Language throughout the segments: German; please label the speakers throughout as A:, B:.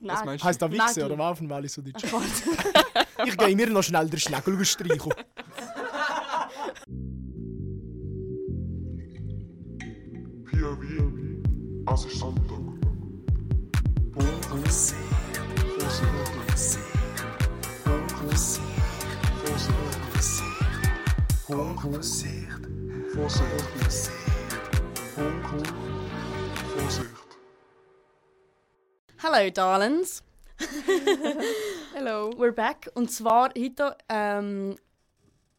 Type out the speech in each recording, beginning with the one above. A: Was meinst du?
B: Heißt da Wichse
A: Nägel.
B: oder Waffenwelle so die
A: Gott.
B: Ich gehe mir noch schnell den Schnägel streichen.
C: POV, es ist Sonntag. Bogen, Hose runter. Bogen, Hose runter. Bogen, Hose runter. Bogen, Vorsicht.
A: Hello, darlings.
D: Hello.
A: We're back. Und zwar heute ähm,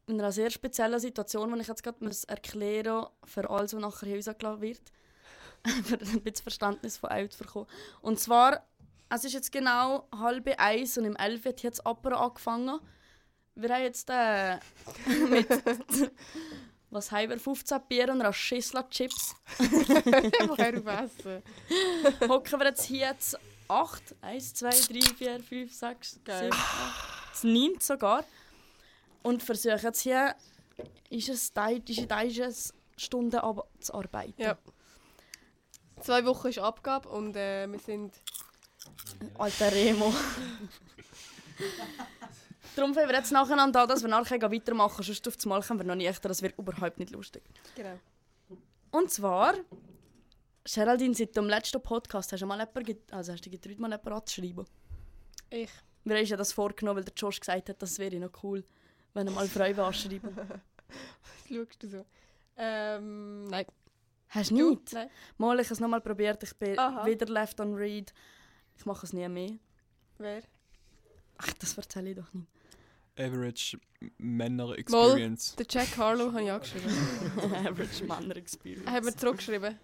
A: in einer sehr speziellen Situation, die ich jetzt gerade muss erklären muss, für alles, was nachher hier rausgelassen wird. für ein bisschen Verständnis von euch zu bekommen. Und zwar, es ist jetzt genau halbe eins und im elf hat jetzt Apero angefangen. Wir haben jetzt äh, mit, was haben wir, 15 Bier und einer Schüssel Chips.
D: Woher aufessen?
A: Hocken wir jetzt hier jetzt 8, 1, 2, 3, 4, 5, 6, 7,
D: Geil.
A: 8, 9 sogar. Und versuchen jetzt hier, ist es Teil- ist in dieser Stunde ab- zu arbeiten.
D: Ja. Zwei Wochen ist Abgabe und äh, wir sind.
A: Alter Remo. Darum fangen wir jetzt nacheinander an, dass wir nachher gehen weitermachen. Sonst auf das Mal können wir noch nicht echter, das wird überhaupt nicht lustig.
D: Genau.
A: Und zwar, Geraldine, seit dem letzten Podcast hast du mal jemanden, get- also hast du dich getraut, mal jemanden anzuschreiben?
D: Ich.
A: Wir haben uns ja das vorgenommen, weil der Josh gesagt hat, das wäre noch cool, wenn er mal Freude anschreiben.
D: Was schaust du so? Ähm, nein.
A: Hast du nicht?
D: Nein.
A: Mal, ich habe es nochmal probiert, ich bin
D: Aha.
A: wieder left on read. Ich mache es nie mehr.
D: Wer?
A: Ach, das erzähle ich doch nicht.
E: Average Männer Experience.
D: Der Jack Harlow habe ich angeschrieben.
A: Average Männer Experience.
D: Er hat mir zurückgeschrieben.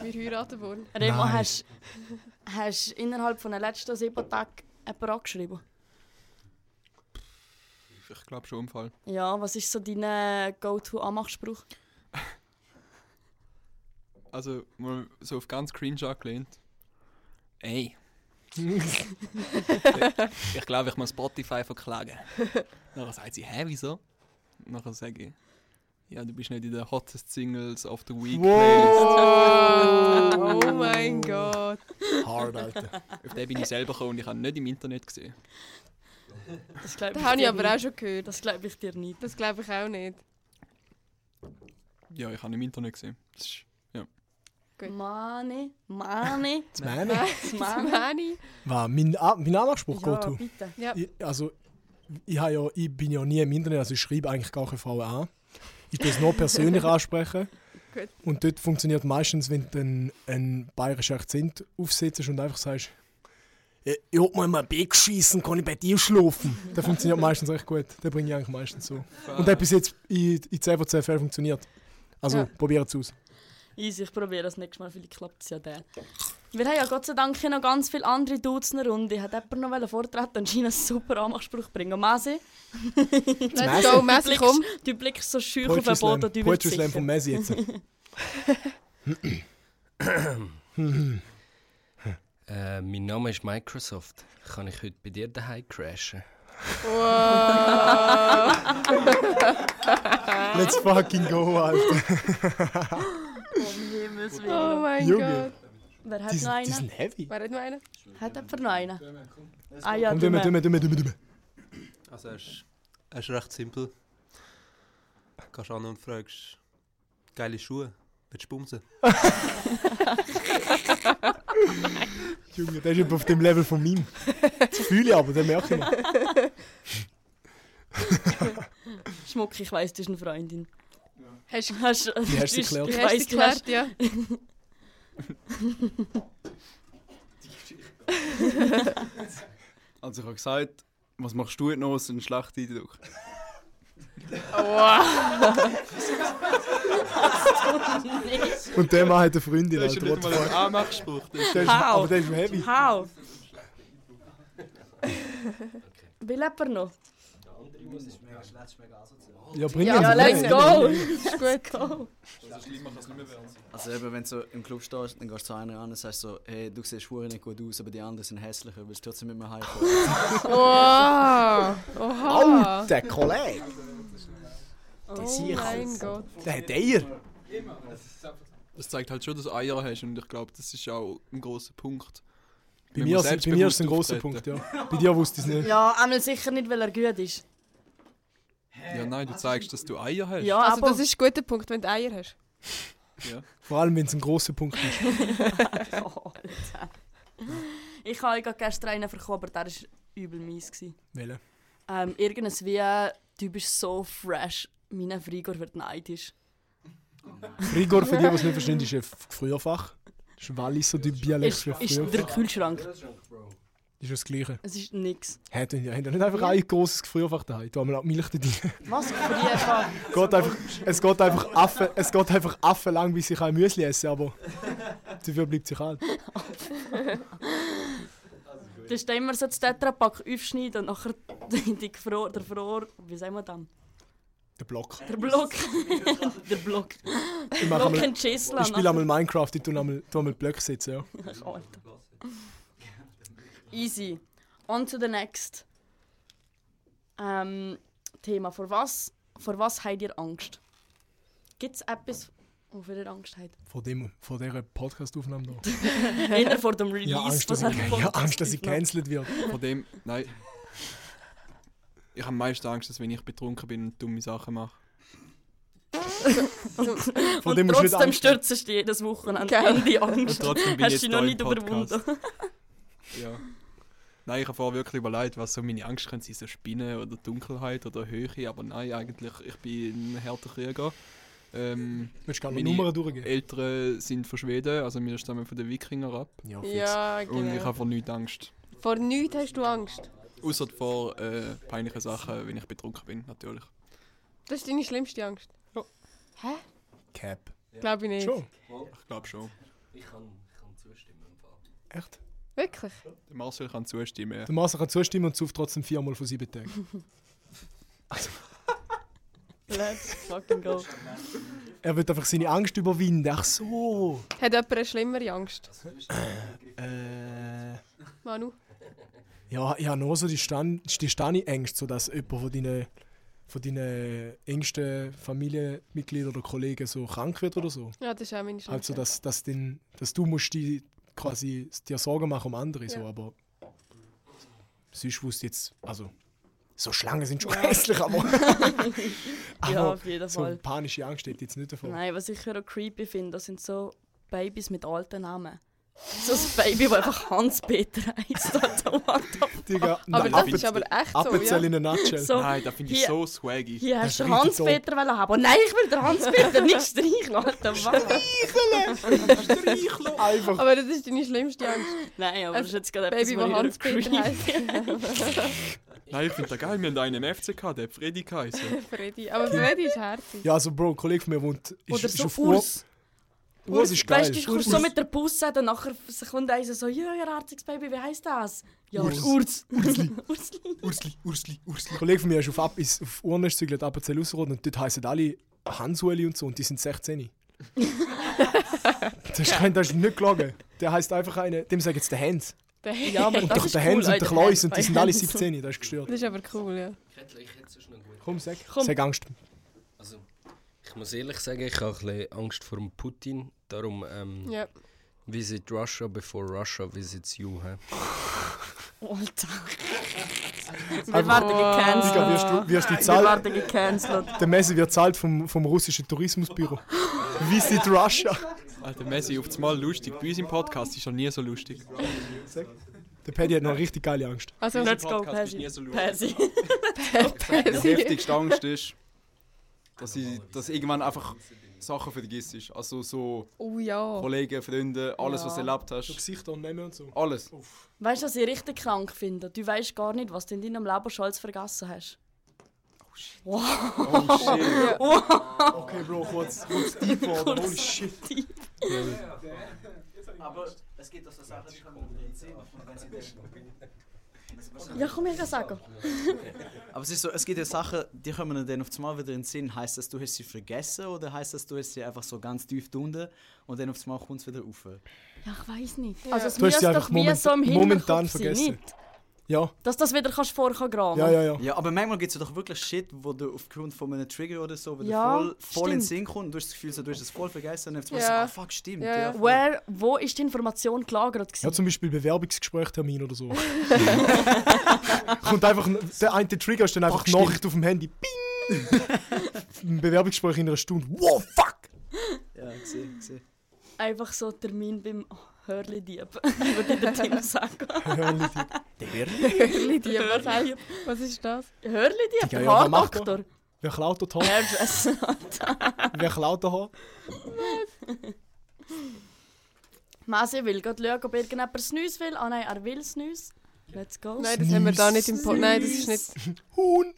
D: Wir heiraten wollen.
A: Remo,
E: Nein.
A: hast hast innerhalb von den letzten sieben Tagen jemanden angeschrieben?
E: Ich glaube schon Unfall.
A: Ja, was ist so dein äh, Go-To-Anmachspruch?
E: Also mal so auf ganz cringe angelehnt. Ey. ich glaube, ich muss Spotify verklagen. Nachher sagt sie, hä, wieso? Nachher sage ich, ja, du bist nicht in der Hottest Singles of the Week Playlist.
D: Oh, mein Gott.
B: Hard, Alter.
E: Auf den bin ich selber gekommen und ich habe ihn nicht im Internet gesehen.
A: Das glaube
D: Das habe ich aber auch
A: nicht.
D: schon gehört.
A: Das glaube ich dir nicht.
D: Das glaube ich auch nicht.
E: Ja, ich habe ihn im Internet gesehen. Das ist
D: Gut.
A: Mane, Mane,
B: Das meine ich.
A: das
D: Das
A: Mane.
D: meine ich.
B: Was, mein, A mein Anmachspruch
A: Ja,
B: geht auf.
A: bitte.
D: Ja.
B: Ich- Also, ich, habe ja, ich bin ja nie im Internet, also ich schreibe eigentlich gar keine Frauen an. Ich tue es nur persönlich ansprechen.
D: Gut.
B: Und dort funktioniert meistens, wenn du einen, einen bayerischen Akzent aufsetzt und einfach sagst, «Ja, ich hab mal mein Bett geschissen, kann ich bei dir schlafen? Der funktioniert meistens recht gut. Der bringe ich eigentlich meistens so. Und der hat bis jetzt in, in 10 von 10 Fällen funktioniert. Also,
D: Ja.
B: probiert es aus.
A: Easy, ich probiere das nächste Mal, vielleicht klappt es ja dann. Wir haben ja Gott sei Dank hier noch ganz viele andere Dudes in der Runde. Hat jemand noch wollen vortreten und Gina einen super Anmachspruch bringen? Masi,
D: Let's go,
A: du
D: Messi, komm.
A: blickst, du blickst so schüch auf
B: Poetry
A: den
B: Slam,
A: Boden, du wirst
B: Poetry Slam
A: sicher.
B: vom Messi jetzt.
F: Äh, mein Name ist Microsoft. Kann ich heute bei dir daheim crashen?
D: Wow.
B: Let's fucking go, Alter.
A: Um Himmels
D: Oh
A: Willen.
D: mein
B: Junge.
D: Gott.
A: Wer hat
B: Die
A: noch
B: sind, die
A: einen?
B: sind heavy.
D: Wer hat noch einen?
A: Hat jemand noch einen? Ah ja,
B: Und
A: du.
B: dümmer,
A: Mann.
B: dümmer, dümmer, dümmer, dümmer.
G: Also, es ist, es ist recht simpel. Gehst an und fragst, geile Schuhe, willst du bumsen?
B: Junge, der ist etwa auf dem Level von Meme. Das fühle ich aber, den merke ich noch.
A: Schmuck, ich weiss, du bist eine Freundin.
D: Hast du
A: Hast, du
B: hast sie
A: bist-
B: geklärt?
A: Ich
D: Wie
A: weiss,
D: hast
A: du hast...
D: du geklärt? Ja.
H: Also ich habe gesagt, was machst du heute noch aus einem schlechten Eindruck?
B: Und der Mann hat eine Freundin,
G: Das ist
B: Alter.
G: nicht
B: What
G: mal
B: the
G: ein
B: fuck?
G: Anmachspruch. Das
B: Der ist,
A: How?
B: aber der ist heavy.
A: How? Will jemand noch?
B: Ja, bring
D: Ja,
B: ihn.
D: let's
B: bring ihn.
D: go.
A: Ist gut. Go.
H: Also eben, wenn du so im Club stehst, dann gehst du zu einer an und sagst so, hey, du siehst hure nicht gut aus, aber die anderen sind hässlicher, willst du trotzdem mit mir heimkommen?
D: Wow. Oha.
B: Der Kollege,
D: Oh mein Gott.
B: der hat Eier.
E: Das zeigt halt schon, dass du Eier hast und ich glaube, das ist auch ein großer Punkt
B: Bei
E: Man
B: mir,
E: muss
B: ist- bei mir ist
E: selbstbewusst
B: es ein großer
E: auftreten.
B: Punkt, ja. Bei dir wusste ich es nicht.
A: Ja, einmal sicher nicht, weil er gut ist.
E: Ja, nein, du zeigst, dass du Eier hast.
A: Ja,
D: Also
A: Ah, aber
D: das ist ein guter Punkt, wenn du Eier hast.
B: Vor allem, wenn es ein großer Punkt ist.
A: Oh, Alter. ich habe gerade gestern einen bekommen, aber der war übel mies. gewesen.
B: Welle.
A: Ähm, irgendwas wie, du bist so fresh, mein Frigor wird neidisch.
B: Frigor, für die, die es nicht verstehen, ist ein F- Früherfach. Das ist Walliser die Dialekt
A: Ist,
B: für
A: ist der
B: Früherfach.
A: Kühlschrank.
B: Ist das Gleiche.
A: Es ist nix.
B: Hat er nicht einfach ein grosses Früherfach daheim? Du haben wir Milch da drin.
A: Was für Früherfach?
B: geht einfach, es geht einfach Affen, es geht einfach Affen lang, bis ich ein Müsli esse, aber dafür bleibt sie kalt.
A: Dann stehen wir so das Tetrapack aufschneiden und nachher die Gefro der Fror... Wie sagen wir dann?
B: Der Block.
A: Der Block. der Block.
B: Ich, mache
A: Block
B: einmal,
A: in Chisla.
B: ich spiele einmal Minecraft, ich tue einmal, tue einmal Blöcke setzen, ja.
A: Alter. Easy. On to the next. Ähm, Thema. Vor was, vor was habt ihr Angst? Gibt es etwas, wofür ihr Angst habt?
B: Vor, dem, vor dieser Podcast-Aufnahme da.
A: Eher vor dem Release.
B: Ja, Angst, dass
A: von
B: ich,
A: dieser
B: ja, Angst, dass ich
A: Podcast-Aufnahme.
B: gecancelt wird.
E: Von dem, nein. Ich habe am meisten Angst, dass wenn ich betrunken bin und dumme Sachen mache.
B: Von
A: Und
B: dem musst du nicht
A: trotzdem
B: Angst haben.
A: stürzt du jedes Wochenende
D: Gell?
A: in die Angst.
E: Und trotzdem bin
A: Hast
E: ich
A: du
E: jetzt
A: noch
E: da im
A: nicht
E: Podcast.
A: überwunden?
E: Ja. Nein, ich habe vorher wirklich überlegt, was so meine Angst könnte sein, so Spinnen oder Dunkelheit oder Höhe, aber nein, eigentlich, ich bin ein härter Krieger. Ähm,
B: Willst du gerne
E: Meine-
B: Nummern durchgehen?
E: Eltern sind von Schweden, also wir stammen von den Wikinger ab.
B: Ja,
D: Ja, genau.
E: Und ich habe vor nichts Angst.
D: Vor nichts hast du Angst.
E: Außer vor äh, peinlichen Sachen, wenn ich betrunken bin, natürlich.
D: Das ist deine schlimmste Angst.
B: Ja.
D: Hä?
B: Cap.
D: Glaube ich nicht.
B: Schon?
E: Ich glaube schon.
F: Ich kann, ich kann zustimmen. im Fall.
B: Echt?
D: Wirklich?
E: Der Marcel kann zustimmen.
B: Der Master kann zustimmen und sauft trotzdem viermal von sieben Tagen.
A: Let's fucking go.
B: Er wird einfach seine Angst überwinden. Ach so.
D: Hat jemand eine schlimmere Angst?
B: Äh...
D: Manu?
B: Ja, ich habe nur so die, Stan die Stani-Ängste, sodass jemand von deinen, von deinen engsten Familienmitgliedern oder Kollegen so krank wird oder so.
D: Ja, das ist auch meine schlimmste
B: Also, dass, dass, den, dass du musst die quasi dir Sorgen machen um andere, so,
D: Ja.
B: aber sonst wusste ich jetzt, also, so Schlangen sind schon hässlich, aber,
A: Ja,
B: aber
A: auf jeden
B: so
A: Fall.
B: panische Angst steht jetzt nicht davon.
A: Nein, was ich ja auch creepy finde, das sind so Babys mit alten Namen. So ein Baby, das einfach Hans-Peter heisst.
B: Digga,
D: Aber
B: nein,
D: das
B: Appenzell-
D: ist aber echt so,
B: Appenzell
D: ja.
B: in a nutshell.
A: So,
E: Nein, das finde ich
A: Hier-
E: so swaggy.
A: hier hast
B: Das
A: du
B: ist
A: den
B: richtig
A: Hans-Peter wollen haben. Aber nein, ich will den Hans-Peter nicht streichen. Alter, was?
B: Einfach,
D: Aber das ist deine schlimmste Angst.
A: Nein, aber das ist jetzt gerade
D: Baby, das Hans-Peter heisst.
E: Nein, ich finde das geil. Wir haben einen im FC gehabt, der hat Freddy geheißen.
D: Freddy. Aber Freddy ist herzig.
B: ja, also, Bro, ein Kollege von mir wohnt, ist,
A: Oder
B: ist
A: so
B: auf Ur-
A: Urs.
B: Urs ist geil.
A: Weißt du, ich komme
B: Urs-
A: so mit der Busse und nachher kommt einer so, ja, ihr herziges Baby, wie heisst das? Ja,
B: Urs.
A: Urs.
B: Ursli.
A: Ursli.
B: Ursli, Ursli, Ursli. Ein Kollege von mir ist auf, Ab ist auf Urnes gezügelt, Appenzell Ausserrhoden und dort heißen alle Hansueli und so und die sind 16. das, ist kein, das ist nicht gelogen. Der heißt einfach eine, dem sagen jetzt der Hans.
A: Ja, aber
B: Und
A: das
B: doch
A: ist
B: der
A: cool,
B: Hans und
A: Alter,
B: der Klaus und die
A: bei
B: sind alle
A: Hans.
B: 17, das ist gestört.
D: Das ist aber cool, ja.
F: Ich hätte, ich hätte sonst noch gut.
B: Komm, sag.
A: Komm. Äh,
B: Sag Angst.
F: Also, ich muss ehrlich sagen, ich habe ein bisschen Angst vor dem Putin. Darum, ähm,
D: Ja.
F: visit Russia before Russia visits you. He?
A: Alter. Wir
B: Einfach-
A: werden
B: Digga,
A: gecancelt.
B: wirst du, wirst du
A: Wir
B: zahlt,
A: werden gecancelt.
B: der Messe wird zahlt vom, vom russischen Tourismusbüro. Visit Russia.
E: Alter, Messi, auf das Mal lustig. Bei uns im Podcast ist er nie so lustig.
B: Der Paddy hat noch eine richtig geile Angst.
D: Also,
A: Let's go,
E: Podcast ist nie
A: Persi.
E: so lustig.
A: Persi.
I: Die heftigste Angst ist, dass, ich, dass irgendwann einfach Sachen vergisst. Also so
D: oh ja.
I: Kollegen, Freunde, alles, was du
A: Ja.
I: erlebt hast.
B: Gesichter und Namen und so.
I: Alles.
A: Weißt du, was ich richtig krank finde? Du weißt gar nicht, was du in deinem Leben schon alles vergessen hast.
I: Oh shit.
B: Okay, Bro, kurz, kurz deep worden. Holy shit.
A: Ja, komm, ich kann sagen.
H: Aber es ist so, es gibt ja Sachen, die kommen dir dann auf einmal wieder in den Sinn. Heißt das, du hast sie vergessen oder heißt das, du hast sie einfach so ganz tief unten und dann auf einmal kommt es wieder rauf?
A: Ja, ich weiß nicht. Also, es
B: Du hast sie
A: müsste
B: einfach
A: doch wie
B: moment-
A: so im
B: momentan
A: Hinterkopf sein,
B: vergessen.
A: nicht?
B: Ja,
A: Dass das wieder kannst vorgraben
B: ja, ja, ja.
H: Ja, aber manchmal gibt es ja doch wirklich Shit, wo du aufgrund von einem Trigger oder so, wo
A: Ja,
H: du voll, voll in
A: stimmt.
H: den Sinn kommst und du hast das Gefühl, so, du hast es voll vergessen und dann weißt du,
D: Ja.
H: ah fuck, stimmt.
D: Ja, ja.
H: voll.
A: Where, wo ist die Information gelagert?
B: Ja,
A: gewesen?
B: zum Beispiel Bewerbungsgesprächtermin oder so. Kommt einfach, ein- der eine Trigger ist dann einfach
H: Fuck,
B: Nachricht auf dem Handy. Bing! Ein Bewerbungsgespräch in einer Stunde. Wow, fuck!
H: Ja, gesehen, gesehen.
A: Einfach so Termin beim Hörli-Dieb, würde ich dir Tim sagen.
D: Hörli-Dieb, was, heißt-
A: Hörli-Dieb.
D: was ist das?
A: Hörli-Dieb,
B: Ja, ja, wer macht
A: Haardoktor.
B: Wer klaut dort Haar?
A: Hairdresser.
B: Wer klaut dort Haar?
A: Masi will gerade schauen, ob irgendjemand es neues will. Ah nein, er will es neues. Let's go.
D: Nein, das haben wir da nicht im Pod. Nein, das ist nicht.
B: Huhn!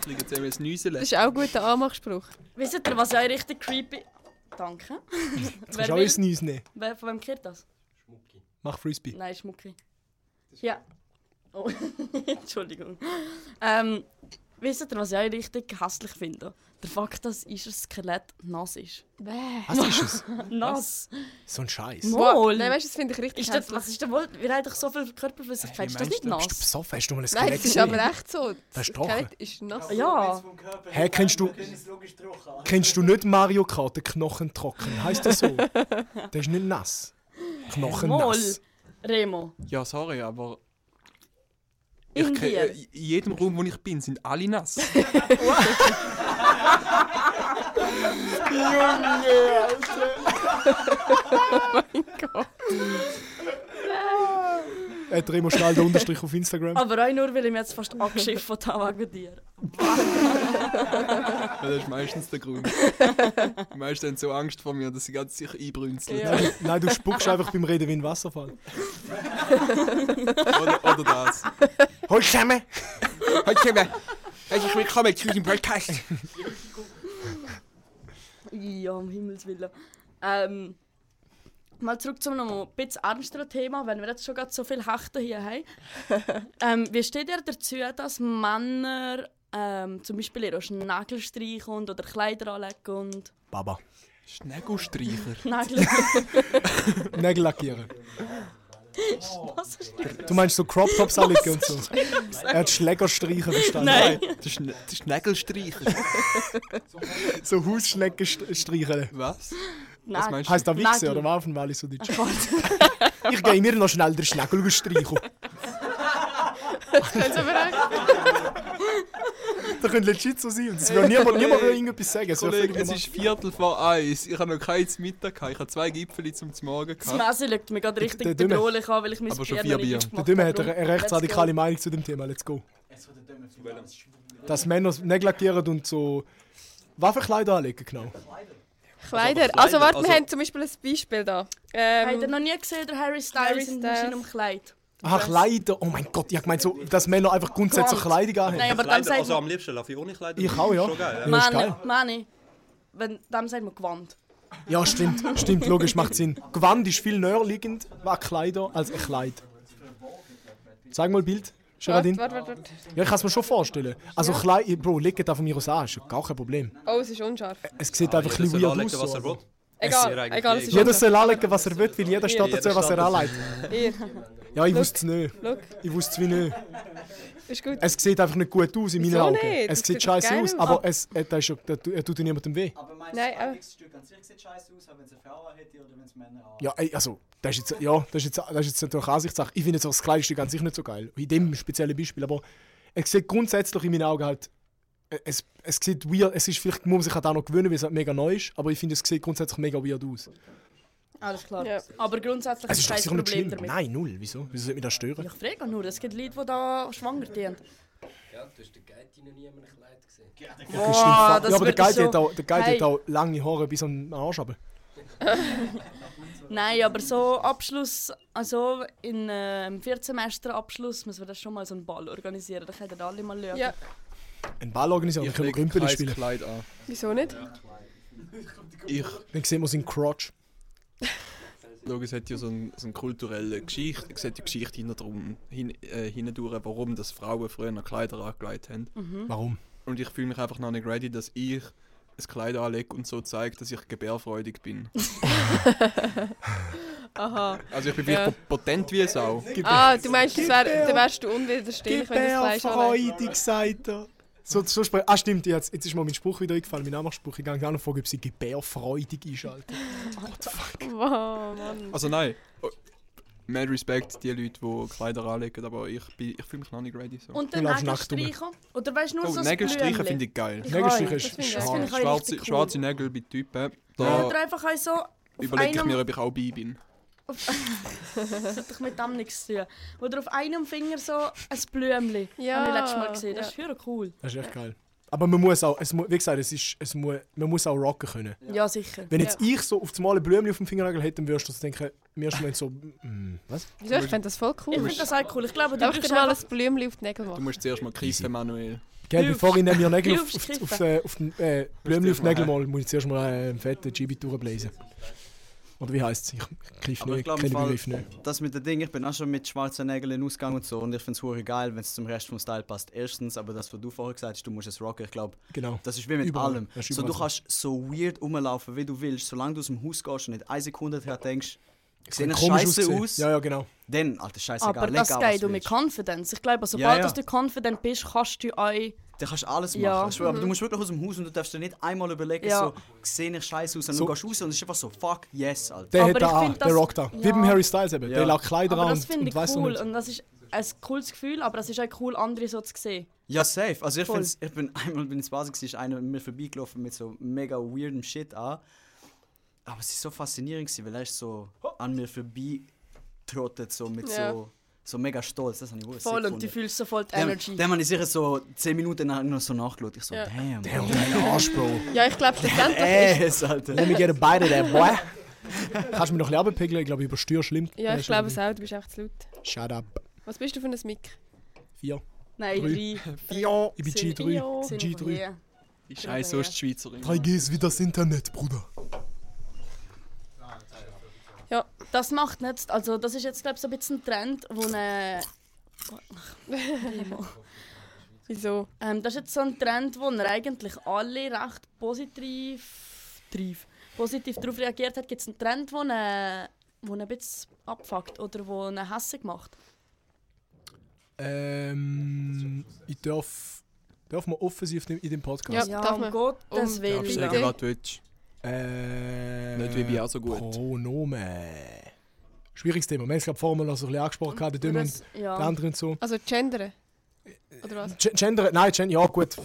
E: Ich liege jetzt eben ins Nüsele.
D: Das ist auch ein guter Anmachspruch.
A: Wisst ihr, was ja richtig creepy... Danke.
B: Jetzt kannst
A: Wer
B: du auch
A: will-
B: ins Neues nehmen.
A: Wer, von wem gehört das?
B: Mach Frisbee.
A: Nein, Schmucki. Ja. Oh, Entschuldigung. Ähm, wisst ihr, was ich auch richtig hässlich finde? Der Fakt, dass ihr Skelett nass ist.
D: Bäh.
B: Was ist es?
A: Nass?
B: So ein Scheiß.
A: Mo-
D: Boah,
A: Wohl.
D: Nein, weißt du, das finde ich richtig
A: Ist das, was
D: hässlich.
A: ist denn wohl? Wir haben doch so viel Körperflüssigkeit. Ist das nicht
B: Bist du
A: nass?
B: besoffen? Hast du mal ein
D: Nein,
B: Skelett
D: das ist
B: gesehen?
D: aber echt so.
B: Das ist trocken.
D: Skelett ist nass.
A: Ja.
B: Hä, kennst du... Kennst du nicht Mario Kart, den Knochen trocken? Heißt das so? Der ist nicht nass. Knochen
A: Wohl.
B: nass.
A: Remo.
E: Ja, sorry, aber. Ich
A: In
E: kenn-
A: dir.
E: äh, in jedem Raum, wo ich bin, sind alle nass.
B: Äh, dreh mal schnell den Unterstrich auf Instagram.
A: Aber auch nur, weil ich mich jetzt fast angeschifft von da wegen dir.
E: Ja, das ist meistens der Grund. Die meisten haben so Angst vor mir, dass sie ganz sicher einbrünzeln.
D: Ja.
B: Nein, nein, du spuckst einfach beim Reden wie ein Wasserfall.
E: Oder, oder das.
B: Hol zusammen!
E: Heute kommen. Herzlich willkommen zu diesem Podcast.
A: Ja, um Himmels Willen. Ähm, mal zurück zu einem ein bisschen ernsteren Thema, wenn wir jetzt schon gerade so viel Hechten hier haben. ähm, wie steht ihr dazu, dass Männer ähm, zum Beispiel ihre Nägel streichen und oder Kleider anlegen und
B: Baba.
E: Schneegostreicher.
A: Nägel...
B: Nägel lackieren.
A: Was ist das?
B: Du meinst so Crop Tops anlegen und so? Er hat Schläger streichen verstanden.
A: Nein.
E: Der, Schne der Schnegelstreicher.
B: So Hausschnecken st- streichen.
E: Was?
A: Nägel.
E: meinst
B: Heißt da Wichse
A: Nägel.
B: oder was auf dem Wallis so deutsch? ich gehe mir noch schnell den Schnägel streichen.
D: Jetzt Also, aber auch-
B: Da könnte legit so sein. Und es wird niemand, niemand will irgendetwas sagen. Es wird
E: Kollege, es
B: völlig
E: ist Viertel vor eins. Ich habe noch keins Mittag gehabt. Ich habe zwei Gipfel zum Morgen
A: Das
E: gehabt.
A: Messi schaut mich gerade
B: Der
A: richtig
B: Dümme.
A: bedrohlich an, weil ich mein
E: Aber schon vier
A: noch nicht
E: Bier.
A: aufgemacht
B: normal. Der Dümme hat
A: habe.
B: eine, eine
A: Let's
B: rechtsradikale
A: go.
B: Meinung zu dem Thema. Let's go. Dass Männer Nägel lackieren und so Waffenkleider anlegen, genau.
D: Kleider.
G: Kleider,
D: Also, warte,
G: also-
D: wir haben zum Beispiel ein Beispiel da.
A: Habt ihr
D: Ähm,
A: noch nie gesehen, der Harry
D: Harry
A: Styles in
D: Styles.
A: seinem Kleid?
B: Aha, Kleider. Oh mein Gott, ich meine so, dass Männer einfach grundsätzlich
A: Gott.
B: Kleidung anhaben.
A: Nein, aber dann
G: Kleider,
A: sagt
G: also
A: man-
G: am liebsten laufe ich ohne Kleider.
B: Ich auch, ja.
G: Schon geil, ja.
B: Ja, ist geil.
A: Mann, Manni, wenn dem sagt man gewandt.
B: Ja, stimmt, stimmt, logisch, macht Sinn. Gewand ist viel näher liegend an Kleider als ein Kleid. Zeig mal ein Bild,
D: warte,
B: Geraldine.
D: warte, warte, warte.
B: Ja, ich kann es mir schon vorstellen. Also Kleid, Bro, legt auf mir aus an, ist gar kein Problem.
D: Oh, es ist unscharf.
B: Es sieht einfach ein bisschen
G: Ah, Jeder soll
B: weird aus.
G: anlegen, was
B: so,
G: er
B: aber-
G: will.
D: Egal,
G: Sehr eigentlich
D: egal, es ist
B: Jeder
D: unscharf.
B: soll anlegen, was er will, weil jeder steht
G: Jeder
B: dazu, was er
G: steht
B: anlegt.
D: Hier,
B: Ja, ich wusste es nicht.
D: schau,
B: Ich wusste es wie nicht.
D: ist gut.
B: Es sieht einfach nicht gut aus in meinen
D: Wieso
B: Augen.
D: nicht?
B: Es
D: Das
B: sieht
D: sieht doch
B: scheiße
D: geil
B: aus,
D: aus. Ah.
B: aber es, er, er, er, er tut ja niemandem weh.
H: Aber meinst
D: Nein,
H: du,
D: aber-
H: ein Stück an sich sieht scheiße aus, auch wenn es eine Frau hätte oder wenn es Männer haben?
B: Ja, ey, also, das ist jetzt, ja, das ist jetzt, das ist jetzt natürlich Ansichtssache. Ich finde jetzt auch das Kleidungsstück an sich nicht so geil. In dem speziellen Beispiel. Aber es sieht grundsätzlich in meinen Augen halt, äh, es, es sieht weird, es ist vielleicht, muss man sich halt auch noch gewöhnen, weil es halt mega neu ist, aber ich finde, es sieht grundsätzlich mega weird aus.
A: Alles klar.
D: Ja.
A: Aber grundsätzlich
B: Es ist
A: ist
B: doch
A: kein
B: sicher nicht
A: Problem
B: schlimm.
A: damit.
B: Nein, null. Wieso? Wieso sollte mich das stören?
A: Ich frage nur, es gibt Leute, die da schwanger sind.
F: Ja, du hast den Guide noch nie in einem Kleid gesehen.
B: Das stimmt fa-
A: Ah, das
B: ja, aber
A: würde
B: der Guide,
A: so-
B: hat, auch, der Guide
A: Hey.
B: hat auch lange Haare bis an den Arsch runter.
A: Nein, aber so Abschluss, also in einem Viertsemester-Abschluss müssen wir das schon mal so einen Ball organisieren. Da können alle mal schauen.
D: Ja,
B: Ein Ball organisieren, dann können wir
E: lege
B: Grümpel
E: kein
B: spielen.
E: Kleid an.
D: wieso nicht?
E: Ich,
B: Dann sehen wir seinen Crotch.
E: logisch, es hat ja so, ein, so eine kulturelle Geschichte. Es hat ja Geschichte hinten drum, hin, äh, hindurch, warum das Frauen früher noch Kleider angelegt haben.
A: Mhm. Hm?
B: Warum?
E: Und ich fühle mich einfach noch nicht ready, dass ich ein Kleid anlege und so zeige, dass ich gebärfreudig bin.
D: Aha.
E: Also ich bin vielleicht
D: Ja.
E: po- potent wie eine Sau.
D: Ah, du meinst, das wär,
B: Gib her.
D: dann wärst du unwiderstehlich,
B: Gib
D: wenn du
B: her
D: das Fleisch anlegst.
B: Freude, gesagt er. So, so spre- ah stimmt, jetzt, jetzt ist mir mein Spruch wieder eingefallen, mein Anmachspruch. Ich gehe gerne fragen, ob sie gebärfreudig einschalten.
D: Wow, Mann.
E: Also nein. Oh, Mad Respect, die Leute, die Kleider anlegen, aber ich, bin- ich fühle mich noch nicht ready. So.
A: Und dann
B: Du läufst
A: Nägel
B: nackt rum.
A: streichen. Oder weißt du nur
E: oh,
A: so ein
E: Nägel streichen
A: Blümchen.
E: finde ich geil.
A: Ich
B: Nägelstreich
A: weiß,
B: ist
A: das finde ich- das
B: schwarz.
A: finde ich auch
E: Schwarze,
A: richtig cool.
E: schwarze Nägel bei Typen, da
A: Oder einfach auch so, auf
E: überlege ich
A: einem,
E: mir, ob ich auch bei bin.
A: das hat doch mit dem nichts zu tun. Oder auf einem Finger so ein Blümchen.
D: Ja.
A: Habe ich letztes Mal gesehen. Das ist höher cool.
B: Das ist echt geil. Aber man muss auch, es, mu- wie gesagt, es ist, es mu, man muss auch rocken können.
A: Ja, sicher.
B: Wenn jetzt ich so auf das Mal ein Blümchen auf dem Fingernagel hätte, dann würdest du so denken, mir ist so, mm, was?
D: Wieso? Ich finde das voll
A: Ich
D: cool.
A: finde das auch cool. Ich glaube, du
D: Darf ich
A: brauchst
D: dir mal
A: einfach...
D: ein Blümchen auf die Nägel
E: Du
D: machen?
E: musst zuerst mal
B: Easy.
E: greifen, Manuel.
B: Gell,
A: Hilf.
B: bevor ich nehme mir Nägel auf,
A: Hilf,
B: auf,
A: Hilfe.
B: auf, äh, auf den äh, Blümchen auf den Nägel mal, muss ich zuerst mal äh, einen fetten Gibi durchblasen. Oder wie heisst es? Ich greife
H: Aber ich
B: nicht,
H: glaub,
B: kenne den
H: im Fall-
B: Begriff nicht.
H: Das mit dem Ding, ich bin auch schon mit schwarzen Nägeln ausgegangen und so und ich finde es hure geil, wenn es zum Rest vom Style passt. Erstens, aber das, was du vorher gesagt hast, du musst es rocken, ich glaube,
B: Genau.
H: das ist wie mit
B: Überall.
H: allem.
B: Das ist
H: So, du
B: überall so.
H: kannst so weird rumlaufen, wie du willst, solange du aus dem Haus gehst und nicht eine Sekunde daran denkst, sieht das
B: Komisch
H: scheiße
B: aussehen.
H: aus,
B: Ja, ja, genau.
H: dann, alter, scheißegal,
A: Aber
H: leg
A: das
H: an, was
A: geht
H: du
A: um mit
H: willst.
A: Confidence. Ich glaube, sobald
H: ja.
A: dass du confident bist, kannst du euch...
H: Dann kannst du alles machen,
A: Ja. Mhm.
H: ich schwöre, aber du musst wirklich aus dem Haus und du darfst dir nicht einmal überlegen,
A: Ja.
H: so, sehe ich scheiße aus, und
B: So-
H: du gehst raus und es ist einfach so, fuck, yes, alter.
B: Der
A: Aber
B: hat
A: ich
B: da an,
A: find
B: der
A: das-
B: rockt da. Wie
A: ja.
B: beim Harry Styles eben. Der
H: Ja.
B: lag Kleider
A: Aber
B: an
A: das
B: und,
A: finde
B: und
A: ich
B: weiss noch
A: cool
B: nicht.
A: und das ist ein cooles Gefühl, aber es ist auch cool, andere so zu sehen.
H: Ja, safe. Also ich,
A: Voll.
H: find's, ich bin einmal bin ich Basel gewesen, ist einer an mir vorbeigelaufen mit so mega weirdem Shit an. Aber es ist so faszinierend gewesen, weil er ist so an mir vorbeigetrottet, so mit
D: Ja.
H: so, so mega stolz. Das habe ich wohl
A: Voll und du fühlst sofort die
H: Dem,
A: Energy.
H: dem habe ich sicher so 10 Minuten lang noch so nachgeschaut. Ich so,
D: Ja.
H: damn.
B: Damn, dein Arsch, Bro.
D: Ja, ich glaube, schlussendlich ist...
H: Ass, Alter.
B: Let me get a bite of that, boy. Kannst du mich noch ein bisschen runterpegeln? Ich glaube, ich übersteuere schlimm.
D: Ja, ich glaube es auch. Du bist einfach zu laut.
B: Shut up.
D: Was bist du für ein Mick?
B: Vier.
A: Nein,
B: Drei.
A: drei.
B: Ja. Ich bin
A: Sind-
B: G3.
A: Sind
B: G3.
A: wir hier.
E: Die Scheiße, so ist die Schweizerin.
B: 3G ist wie das Internet, Bruder.
A: Das macht nicht, also das ist jetzt glaube ich so ein bisschen ein Trend, wo eine,
D: Wieso?
A: ähm, das ist jetzt so ein Trend, wo er eigentlich alle recht positiv, trief, positiv darauf reagiert hat. Gibt es einen Trend, wo eine, wo ein bisschen abfuckt oder wo eine hässig macht?
B: Ähm, ich darf... Darf man offen sein auf dem, in dem Podcast?
D: Ja, darf
A: um
D: man.
A: Gottes
D: Um-
E: Darfst
A: Willen.
E: du sagen, was du willst?
B: Äh,
E: Nicht wie bei auch so gut.
B: Pronomen. Schwieriges Thema. Wir haben es gerade vorher mal noch so ein bisschen angesprochen, gehabt, den Dümmen und
A: Das-
B: den
A: ja.
B: anderen und so.
D: Also gendern? Oder was?
B: Gen- Gender, nein, Gen ja gut.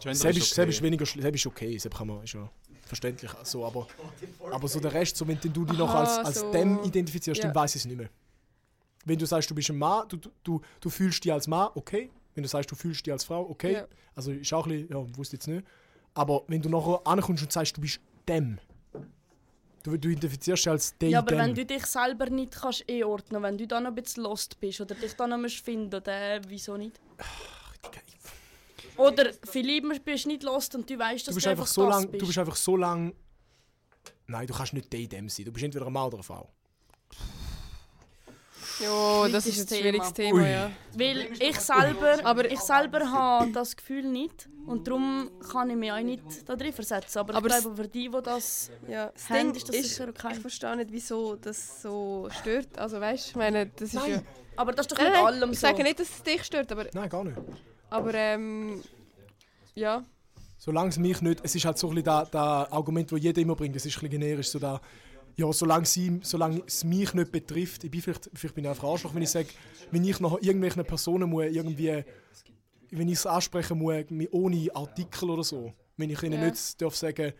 E: Gender
B: Selbst ist,
E: okay.
B: Seb ist weniger schlimm, ist okay, Seb kann man, ist ja verständlich, so, aber, aber so der Rest, so, wenn denn du dich noch
D: Aha,
B: als, als
D: so.
B: dem identifizierst, dann
D: Ja.
B: weiß ich es nicht mehr. Wenn du sagst, du bist ein Mann, du, du- du, du fühlst dich als Mann, okay. Wenn du sagst, du fühlst dich als Frau, okay.
D: Ja.
B: Also ist auch ein bisschen, ja, wusste jetzt nicht. Aber wenn du nachher ankommst und sagst, du bist dem, du, du identifizierst dich als den,
A: Ja, aber
B: dem.
A: wenn du dich selber nicht kannst einordnen kannst, wenn du da noch ein bisschen lost bist oder dich da noch musst finden dann wieso nicht? Oder vielleicht bist du nicht lost und du weißt,
B: du
A: dass
B: bist
A: du
B: einfach so
A: das
B: lang,
A: bist.
B: du bist einfach so lang. Nein, du kannst nicht der dem sein. Du bist entweder ein Mann oder eine Frau.
D: Ja, das ist
A: Schwieriges
D: ein schwieriges Thema,
B: Ui.
D: ja.
A: Weil ich selber, aber ich selber habe das Gefühl nicht und darum kann ich mich auch nicht da drin versetzen. Aber,
D: Aber
A: ich glaube, für die, die das
D: ja. Das
A: haben,
D: Ding
A: ist das sicher okay.
D: ich verstehe nicht, wieso das so stört. Also weißt, ich meine, das ist ja...
A: Aber das ist doch
D: Nein,
A: mit
D: nein,
A: allem
D: Äh, ich
A: so.
D: sage nicht, dass es dich stört, aber,
B: Nein, gar nicht.
D: aber ähm, ja.
B: Solange es mich nicht, es ist halt so ein bisschen das, das Argument, das jeder immer bringt, es ist ein bisschen generisch, so da, ja, solange, sie, solange es mich nicht betrifft, ich bin vielleicht, vielleicht bin ich einfach ein Arschloch, wenn ich sage, wenn ich nach irgendwelchen Personen muss, irgendwie, wenn ich es ansprechen muss, mi- ohne Artikel oder so, wenn ich ihnen
D: Ja.
B: nicht darf sagen,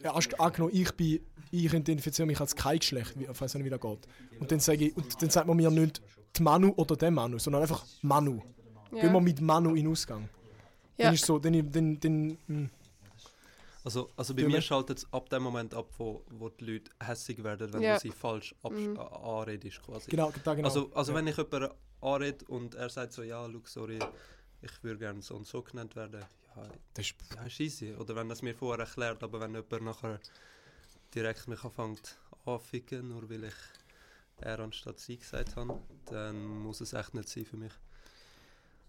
B: ja, hast du angenommen, ich bin, ich identifiziere mich als kein Geschlecht, wie- ich weiß nicht, wie das geht. Und dann sage ich, und dann sagt man mir nicht die Manu oder der Manu, sondern einfach Manu.
D: ja.
B: Gehen wir mit Manu in den Ausgang.
D: Ja.
B: Dann ist so, dann, dann, dann, hm.
G: Also, also bei
B: Du
G: mir
B: meinst-
G: schaltet es ab dem Moment ab, wo, wo die Leute hässig werden, wenn
D: Ja.
G: du sie falsch absch-
D: Mhm.
G: a- anredest quasi.
B: Genau, da genau.
G: Also, also
B: Ja.
G: wenn ich jemanden anrede und er sagt so, ja, look, sorry, ich würde gerne so und so genannt werden, ja,
B: das ist,
G: ja, ist easy. Oder wenn das mir vorher erklärt, aber wenn jemand nachher direkt mich anfängt anficken, nur weil ich er anstatt sie gesagt habe, dann muss es echt nicht sein für mich.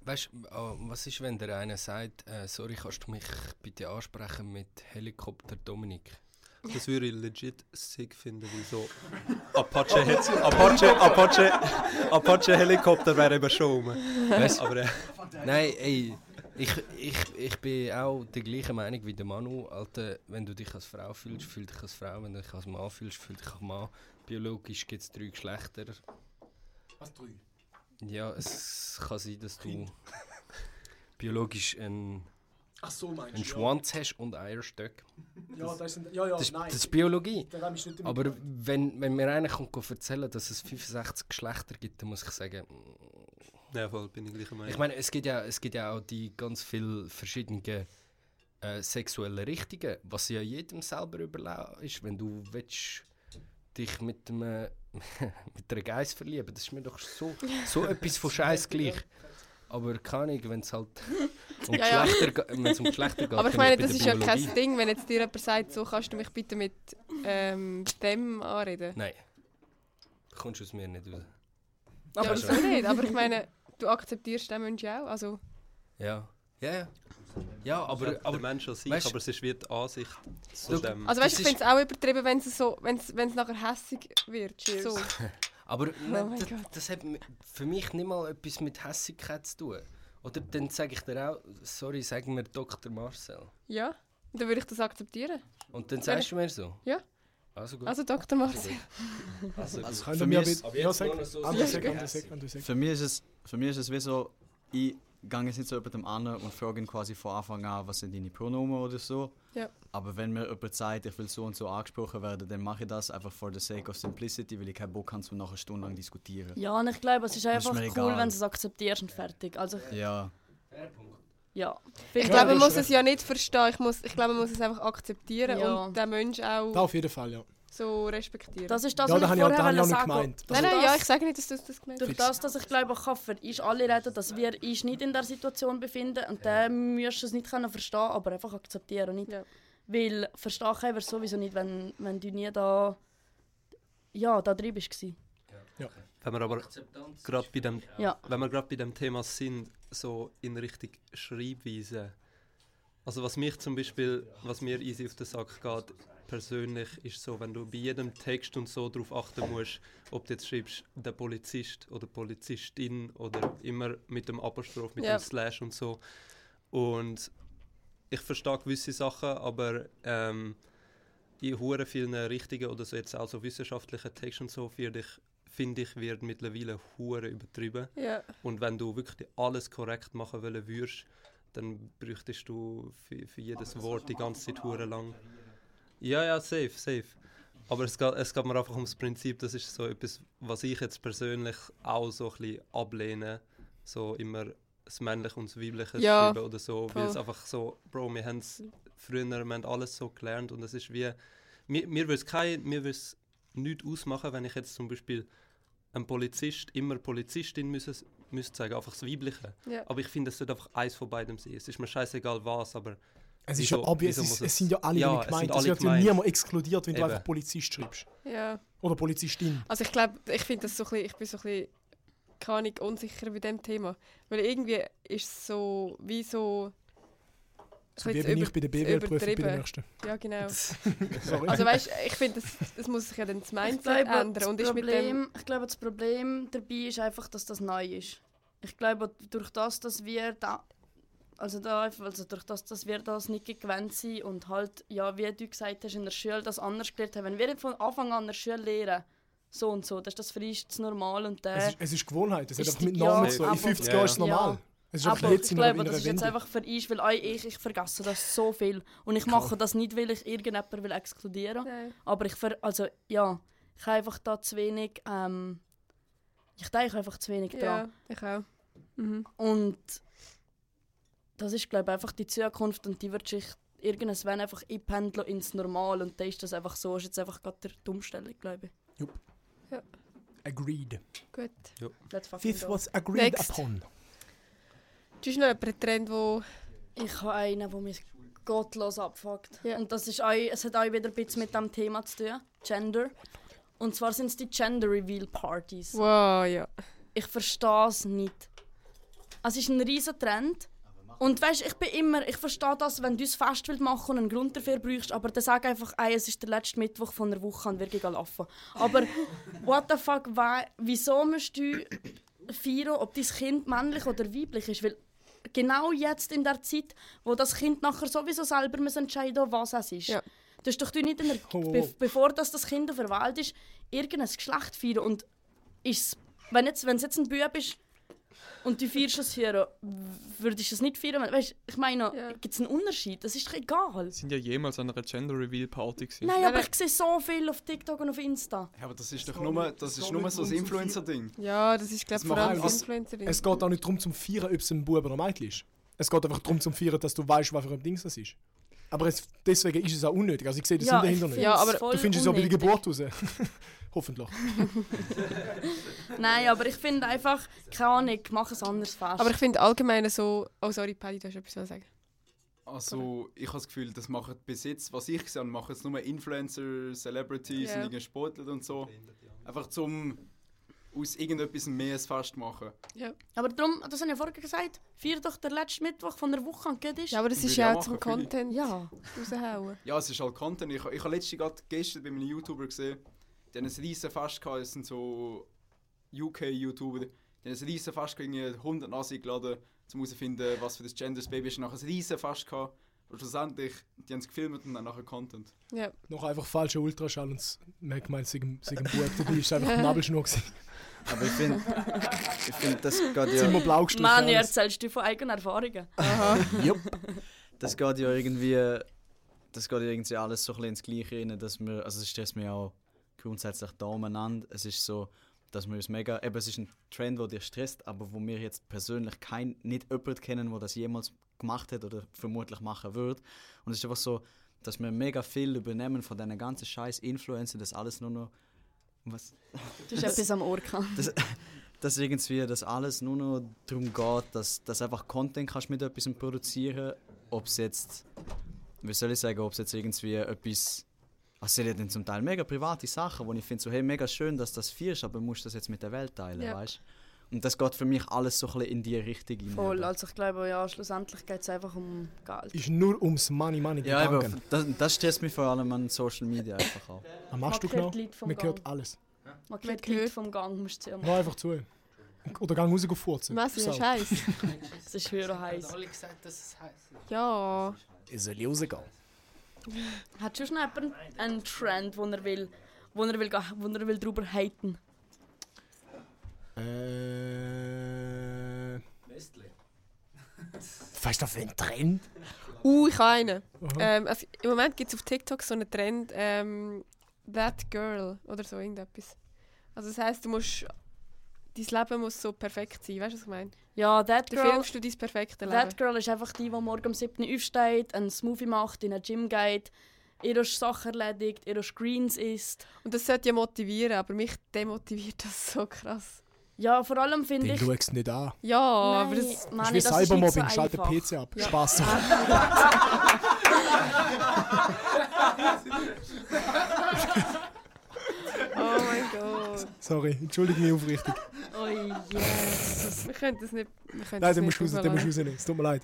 F: Weißt du, ah, was ist, wenn der eine sagt, äh, sorry, kannst du mich bitte ansprechen mit Helikopter Dominik?
G: Das würde ich legit sick finden, weil so Apache, Apache, Apache, Apache Helikopter wäre eben schon rum.
F: Weißt,
G: Aber äh,
F: nein, ey. Ich, ich, ich bin auch der gleichen Meinung wie der Manu. Alter, wenn du dich als Frau fühlst, fühl dich als Frau. Wenn du dich als Mann fühlst, fühl dich als Mann. Biologisch gibt es drei Geschlechter.
B: Was drei?
F: Ja, es kann sein, dass du biologisch einen,
B: Ach so, meinst
F: einen Schwanz hast und Eierstöcke.
B: Ja, das ist, ja, ja,
F: Das, ist-
B: nein.
F: das ist Biologie.
B: da komm ich nicht damit
F: Aber
B: rein.
F: wenn, wenn mir einer kommt go erzählen dass es 65 Geschlechter gibt, dann muss ich sagen,
G: ja, voll, bin ich gleicher Meinung.
F: ich meine, es gibt ja, es gibt ja auch die ganz viele verschiedenen äh, sexuellen Richtungen, was ja jedem selber überlassen ist. Wenn du willst, dich mit dem äh, mit einer Geiss verlieben, das ist mir doch so, so etwas von Scheiß gleich. Aber keine Ahnung, wenn es halt um
D: Ja, ja.
F: Geschlechter, ge- wenn's um Geschlechter geht.
D: Aber ich
F: bin
D: meine,
F: bei
D: das
F: der
D: ist ja
F: Biologie.
D: kein Ding, wenn jetzt dir jemand sagt, so kannst du mich bitte mit ähm, dem anreden.
F: Nein. Kommst du aus mir nicht raus.
D: Aber ja,
F: das-
D: wieso nicht? Aber ich meine, du akzeptierst den Menschen ja auch. Also,
F: Ja. Ja, ja. Ja,
G: Ja,
F: aber,
G: der
F: aber
G: Mensch an sich,
F: weißt-
G: aber es ist wie die Ansicht zu
F: Du-
G: dem.
D: also
F: Das
D: weißt du, ich
F: ist-
D: finde es auch übertrieben, wenn es so, wenn's, wenn's nachher hässig wird.
A: Cheers.
D: So.
F: Aber nein,
D: Oh mein
F: das,
D: Gott.
F: das hat mi- für mich nicht mal etwas mit Hässigkeit zu tun. Oder dann sage ich dir auch, sorry, sag mir Dr. Marcel.
D: Ja, dann würde ich das akzeptieren.
F: Und dann sagst du mir so.
D: Ja.
F: Also gut.
D: Also Dr. Marcel.
H: Also,
B: Können
H: für
B: wir
H: mich ist-
B: bitte- Ja, sag. Andere Sek, andere Sek, andere Sek.
H: Für mich ist es, für mich ist es wie so, ich gehe jetzt nicht so über dem anderen und frage ihn quasi von Anfang an, was sind deine Pronomen oder so.
D: Ja.
H: Aber wenn mir jemand sagt, ich will so und so angesprochen werden, dann mache ich das einfach for the sake of simplicity, weil ich keinen Bock habe, um nachher stundenlang diskutieren.
A: Ja, und ich glaube, es ist einfach
H: mir
A: cool,
H: egal.
A: wenn du es akzeptierst und fertig. Also, ich-
H: Ja,
A: ja.
D: Ich
B: Ja,
D: glaube, man
B: das
D: muss
B: ist
D: es ja nicht verstehen. Ich, muss, ich glaube, man muss es einfach akzeptieren
A: Ja.
D: und den Menschen
B: Da
D: auch
B: auf jeden Fall, ja.
D: so respektieren.
A: Das ist das,
B: Ja,
A: was
B: da
A: ich
B: habe ich auch-
A: vorher
B: da habe ich auch
A: wollte
B: nicht
A: sagen.
B: gemeint.
A: Durch
D: nein, nein, ja,
A: das-
D: ich sage nicht, dass du das gemeint
A: Durch das, dass ich glaube, ich kann für uns alle reden, dass wir uns nicht in der Situation befinden und dann müsst du es nicht können verstehen, aber einfach akzeptieren und nicht.
D: Ja.
A: Weil verstehen können wir es sowieso nicht, wenn, wenn du nie da, ja, da drin bist. gewesen.
G: Wenn wir aber gerade bei dem,
A: Ja.
G: wenn wir gerade bei dem Thema sind, so in Richtung Schreibweise. Also was mich zum Beispiel, was mir easy auf den Sack geht, persönlich, ist so, wenn du bei jedem Text und so darauf achten musst, ob du jetzt schreibst, der Polizist oder Polizistin oder immer mit dem Apostroph, mit
D: Ja.
G: dem Slash und so. Und ich verstehe gewisse Sachen, aber ähm, in hure vielen richtigen oder so jetzt auch so wissenschaftlichen Texten und so finde ich, finde ich, wird mittlerweile hure übertrieben.
D: Ja,
G: Und wenn du wirklich alles korrekt machen wollen würdest, dann bräuchtest du für, für jedes Wort die ganze Zeit hure lang. Ja, ja, safe, safe. Aber es geht, es geht mir einfach ums Prinzip, das ist so etwas, was ich jetzt persönlich auch so ein bisschen ablehne. So immer das Männliche und das Weibliche
D: Ja,
G: schreiben oder so. Weil es
D: voll.
G: einfach so, Bro, wir haben es früher, wir haben alles so gelernt und es ist wie, mir, mir würde es kein, mir würde es nichts ausmachen, wenn ich jetzt zum Beispiel einem Polizist immer Polizistin müssen, müssen sagen, einfach das Weibliche.
D: Ja.
G: Aber ich finde, es sollte einfach eins von beidem sein. Es ist mir scheißegal was, aber
B: Es ist
G: Wieso-
B: ja obvious,
G: wieso
B: es,
G: muss
B: es
G: es-
B: sind ja alle
G: Ja,
B: ja,
G: es
B: gemeint.
G: sind
B: Es
G: alle
B: wird ja
G: gemeint.
B: niemand exkludiert, wenn du
G: Eben.
B: einfach Polizist schreibst.
D: ja.
B: Oder Polizistin.
D: Also ich glaube, ich finde das so ein bisschen, ich bin so ein bisschen keine Ahnung, unsicher bei dem Thema. Weil irgendwie ist es so, wie so...
B: So
D: ein
B: wie
D: bisschen
B: bin ich bei der BWL-Prüfung bei der
D: übertrieben.
B: nächsten.
D: Ja, genau.
B: Sorry.
D: Also weißt du, ich finde, das, das muss sich ja dann das
A: Ich
D: Mindset
A: glaube,
D: ändern.
A: das
D: Und ist mit
A: Problem,
D: dem...
A: ich glaube, das Problem dabei ist einfach, dass das neu ist. Ich glaube, durch das, dass wir da, also da, also durch das, dass wir das nicht gewöhnt sind und halt, ja, wie du gesagt hast, in der Schule das anders gelernt haben. Wenn wir von Anfang an in der Schule lernen, so und so, das ist das für uns das normal und
B: Es
A: der.
B: ist, es ist Gewohnheit, es hat
A: äh, Ist
B: einfach
A: die-
B: mit Normen
A: ja,
B: zu tun. In
A: aber-
B: 50
G: Ja,
B: Jahren
G: ja.
B: ist es normal.
A: Ja.
B: Es ist einfach
A: Aber ich
B: jetzt in einer
A: glaube, das ist jetzt
B: Wende.
A: einfach für uns, weil auch ich, ich vergesse das so viel. Und ich mache das nicht, weil ich irgendjemanden will exkludieren
D: Nein.
A: Aber ich ver also ja, ich habe einfach da zu wenig. Ähm, ich denke einfach zu wenig
D: Ja,
A: dran.
D: ich auch. Mhm.
A: Und das ist glaube ich einfach die Zukunft und die wird sich irgendwann einfach einpendeln ins Normal und dann ist das einfach so, ist jetzt einfach gerade die Umstellung, glaube ich.
B: Agreed.
D: Gut.
A: Let's fucking
B: This
A: go.
B: was agreed
D: Next.
B: upon.
D: Du hast noch jemanden Trend, wo...
A: Ich habe einen, der mich gottlos abfuckt.
D: Ja.
A: Und das ist auch, es hat auch wieder ein bisschen mit dem Thema zu tun, Gender. Und zwar sind es die Gender Reveal Parties.
D: Wow, ja.
A: Ich verstehe es nicht. Es ist ein riesen Trend. Und weißt, ich bin immer, ich verstehe das, wenn du ein Fest willst machen und einen Grund dafür brauchst, aber dann sag einfach, ey, es ist der letzte Mittwoch von der Woche und wir gehen laufen. Aber what the fuck, why, wieso musst du feiern, ob dein Kind männlich oder weiblich ist? Weil genau jetzt in der Zeit, wo das Kind nachher sowieso selber muss entscheiden muss, was es ist.
D: Ja.
A: Das ist doch du nicht in der,
B: Oh, oh,
A: be
B: oh.
A: bevor das, das Kind auf der Welt ist, irgendein Geschlecht feiern. Und ist wenn jetzt, wenn es jetzt ein Bub ist und du feierst es feiern, w- würdest du es nicht feiern? Wenn- Weißt, ich meine,
D: Ja.
A: gibt es einen Unterschied? Das ist doch egal.
E: sind ja jemals an einer Gender Reveal Party gewesen.
A: Nein,
D: Ja,
A: aber
D: aber-
A: ich sehe so viel auf TikTok und auf Insta.
I: Ja, aber das ist doch nur, das ist nur so ein Influencer-Ding.
D: Ja, das ist, glaube
B: Das
D: ich, vor
B: machen
D: allem
B: wir. Es-
D: Influencerin.
B: Es geht auch nicht darum, zum Feiern, ob es ein Bub oder ein Mädchen ist. Es geht einfach darum, zum Feiern, dass du weißt, was für ein Ding das ist. Aber es, deswegen ist es auch unnötig. Also ich sehe den Sinn dahinter nicht.
D: Ja, aber-
B: Du findest es ja bei der Geburt raus. Hoffentlich.
A: Nein, aber ich finde einfach, keine Ahnung, mach ein anderes Fest.
D: Aber ich finde allgemein so. Oh, sorry, Paddy, du hast etwas zu sagen.
I: Also, ich habe das Gefühl, das machen bis jetzt, was ich gesehen habe, machen es nur Influencer, Celebrities
D: Ja.
I: und irgendwelche Sportler und so. Einfach zum aus irgendetwas mehr ein Fest machen.
A: Aber darum, das habe ich ja vorher gesagt, feier doch den letzten Mittwoch von der Woche und geht ist.
D: Ja, aber das
I: Würde
D: ist
I: ich
D: ja
I: auch
D: zum
I: machen, finde ich.
D: Content
A: Ja.
D: raushauen.
I: Ja, es ist halt Content. Ich, ich habe letztens gerade gestern bei einem YouTuber gesehen, die haben ein riesen Fest gehabt, es sind so UK-YouTuber, die haben ein riesen Fest gehabt, irgendwie 100 Nase geladen, um herauszufinden, was für ein Gender das Baby ist. Und nachher ein riesen Fest gehabt. Und schlussendlich, die haben es gefilmt und dann nachher Content.
D: Ja.
B: Noch einfach falscher Ultraschall und es- man hat gemeint, es sei ein sei ein Bub dabei. Es war einfach ein Nabelschnur. gewesen.
H: Aber ich finde, ich find, das geht ja...
B: Immer blau gestrichen.
A: Mann,
B: alles.
A: ja, erzählst du von eigenen Erfahrungen.
H: Jupp. Das geht ja irgendwie. Das geht ja irgendwie alles so ein bisschen ins Gleiche rein, dass wir. Also, es stresst mich auch grundsätzlich da umeinander. Es ist so, dass wir uns mega. Eben, es ist ein Trend, der dich stresst, aber wo wir jetzt persönlich kein, nicht jemanden kennen, der das jemals gemacht hat oder vermutlich machen wird. Und es ist einfach so, dass wir mega viel übernehmen von diesen ganzen Scheiß Influencer, das alles nur noch. Was?
A: Du hast etwas am Ohr gehabt.
H: dass irgendwie das alles nur noch darum geht, dass, dass einfach Content kannst mit etwas produzieren ob es jetzt, wie soll ich sagen, ob es jetzt irgendwie etwas, also sind ja dann zum Teil mega private Sachen, wo ich finde so, hey, mega schön, dass du das feierst, aber du musst das jetzt mit der Welt teilen,
D: Ja.
H: weißt Und das geht für mich alles so ein bisschen in die Richtung hinein.
A: Voll, also ich glaube, ja, schlussendlich geht es einfach um Geld.
B: Ist nur ums Money, Money
H: Ja,
B: Gedanken.
H: aber das, das stresst mich vor allem an Social Media einfach auch.
B: Was machst du
A: Man
B: genau?
A: hört die Leute vom
B: Man hört
A: Gang.
B: alles.
A: Man
D: Man
A: hört die Leute
D: hört-
A: vom Gang, musst du ja machen.
B: Hör einfach zu. Oder gang raus furzen.
D: Was ist Scheiß?
A: Es ist höher heiß.
F: alle gesagt, dass es heiß ist.
D: Ja.
B: Ist ein rausgehen.
A: Hat schon jemand einen Trend, wo er will, wo er will, ga- wo er will drüber haten?
B: Äh. Weißt du, auf einen Trend?
D: Uh, ich habe einen.
B: Aha.
D: Ähm, also Im Moment gibt es auf TikTok so einen Trend, ähm, That Girl oder so irgendetwas. Also das heisst, du musst, dein Leben muss so perfekt sein, weißt du, was ich meine?
A: Ja, That
D: Du
A: Girl.
D: filmst du dein perfekte
B: Genau.
D: Leben.
A: That Girl ist einfach die, die morgen um 7 Uhr aufsteht, einen Smoothie macht, in ein Gym geht, ihre Sachen erledigt, ihre Greens isst.
D: Und das sollte ja motivieren, aber mich demotiviert das so krass.
A: Ja, vor allem finde
B: Den
A: ich...
B: schaust du nicht an.
D: Ja,
A: Nein,
D: aber das...
A: Mani, das ist nicht
B: Das ist wie
A: so
B: Cybermobbing, schalte
A: einfach.
B: PC ab. Spaß.
D: Oh mein Gott.
B: Sorry, entschuldige mich aufrichtig.
A: Oh yes.
D: Wir können das nicht... Wir können
B: Nein,
D: das
B: den
D: nicht
B: musst du raus, den musst
D: rauslassen.
B: du rausnehmen. Es tut mir leid.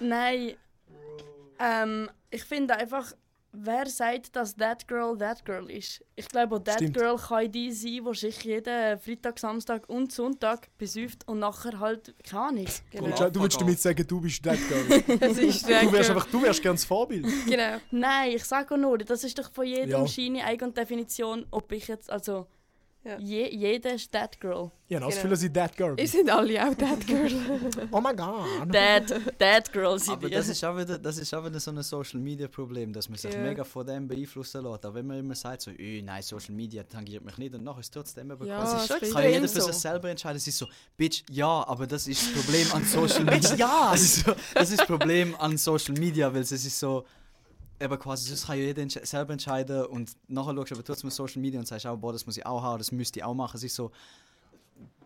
A: Nein. Ähm, ich finde einfach, wer sagt, dass That Girl That Girl ist? Ich glaube, auch That
B: Stimmt.
A: Girl kann die sein, die sich jeden Freitag, Samstag und Sonntag besäuft und nachher halt keine Ahnung.
B: Du
D: Genau.
B: willst, du willst damit sagen, du bist Dead Girl.
D: Das ist
B: Du wärst
D: That Girl.
B: einfach, du wärst gern das Vorbild.
D: Genau.
A: Nein, ich sage auch nur, das ist doch von jedem
B: Ja.
A: seine eigene Definition, ob ich jetzt, also
D: Ja.
A: je, jeder ist That Girl.
B: Ja,
D: Genau.
B: das Gefühl, dass ich Dead Girl
D: Ihr
B: bin.
D: sind alle auch That Girl.
B: Oh mein Gott.
A: That, that Girl sind
H: Aber
A: wir.
H: das ist, auch wieder, das ist auch wieder so ein Social Media Problem, dass man sich
D: Ja.
H: mega von dem beeinflussen lässt. Auch wenn man immer sagt, so, «Äh, nein, Social Media tangiert mich nicht und nachher ist es trotzdem aber
D: Ja,
H: quasi-
D: das ist
H: kann ja jeder für
A: so.
H: sich selber entscheiden. Es ist so, Bitch, ja, aber das ist das Problem an Social Media. ja! Das ist, so, das ist das Problem an Social Media, weil es ist so, eben quasi, das kann ja jeder entsche selber entscheiden und nachher schaust du aber trotzdem auf Social Media und sagst, auch, boah, das muss ich auch haben, das müsste ich auch machen. Es ist so,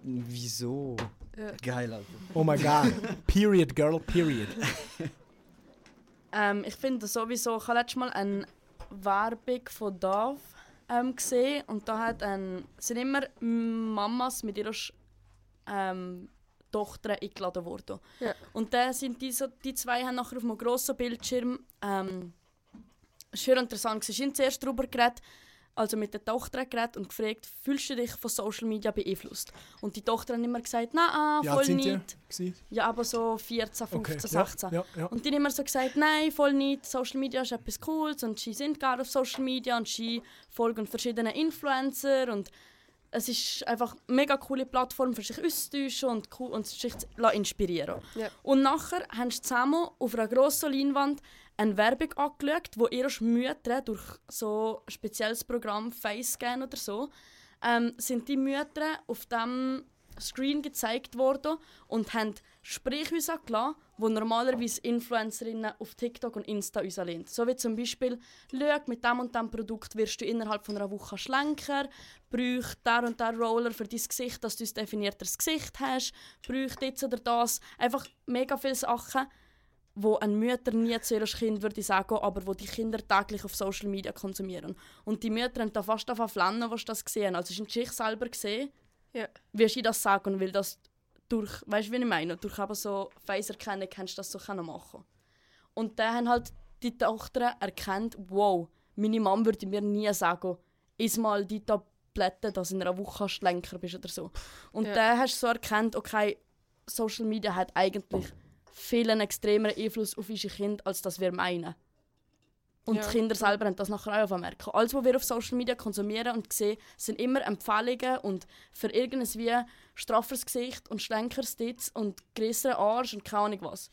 H: wieso?
D: Ja.
H: Geil, Alter.
B: Oh mein Gott. Period, Girl, period.
A: Ähm, ich finde sowieso, ich habe letztes Mal eine Werbung von Dove ähm, gesehen und da hat ein, sind immer Mamas mit ihrer Sch- ähm, Tochter eingeladen worden.
D: Ja.
A: Und dann sind die, so, die zwei haben nachher auf einem grossen Bildschirm ähm, schön interessant gewesen. Sie haben zuerst darüber geredet, also mit der Tochter geredet und gefragt, fühlst du dich von Social Media beeinflusst? Und die Tochter hat immer gesagt, nein,
B: Wie alt
A: voll
B: sind die?
A: nicht.
B: Gewesen?
A: Ja, aber so 14, 15,
B: Okay.
A: 16.
B: Ja, ja, ja.
A: Und die haben immer so gesagt, nein, voll nicht, Social Media ist etwas Cooles und sie sind gar auf Social Media und sie folgen verschiedenen Influencer und es ist einfach eine mega coole Plattform für sich auszutauschen und, cool- und sich zu lassen inspirieren
D: Ja.
A: Und nachher haben sie zusammen auf einer grossen Leinwand eine Werbung angeschaut, wo ihre Mütter durch so ein spezielles Programm Facescan oder so, ähm, sind die Mütter auf dem Screen gezeigt worden und haben Sprechhäuser gelassen, wo normalerweise Influencerinnen auf TikTok und Insta auslehnen. So wie zum Beispiel, «Schau, mit dem und dem Produkt wirst du innerhalb von einer Woche schlanker, brauch der und der Roller für dein Gesicht, dass du ein definierteres Gesicht hast, brauch jetzt oder das.» Einfach mega viele Sachen, wo ein Mütter nie zu ihrem Kind würde sagen, aber wo die Kinder täglich auf Social Media konsumieren. Und die Mütter haben da fast davon flannen, was sie das gesehen. Also, es ist ich selber gesehen,
D: Ja.
A: wie sie das sagen und will das durch, weißt du, wie ich meine? Durch aber so Face-Erkennung kannst du das so können machen. Und dann haben halt die Tochter erkannt, wow, meine Mom würde mir nie sagen, iss mal die Tabletten, dass du in einer Woche schlanker bist oder so. Und
D: Ja.
A: dann hast du so erkannt, okay, Social Media hat eigentlich viel einen extremeren Einfluss auf unsere Kinder, als das wir meinen. Und
D: Ja.
A: die Kinder selber haben das nachher auch merken. Alles, was wir auf Social Media konsumieren und sehen, sind immer Empfehlungen und für irgendwas wie strafferes Gesicht und schlankeres Titz und größeren Arsch und keine Ahnung was.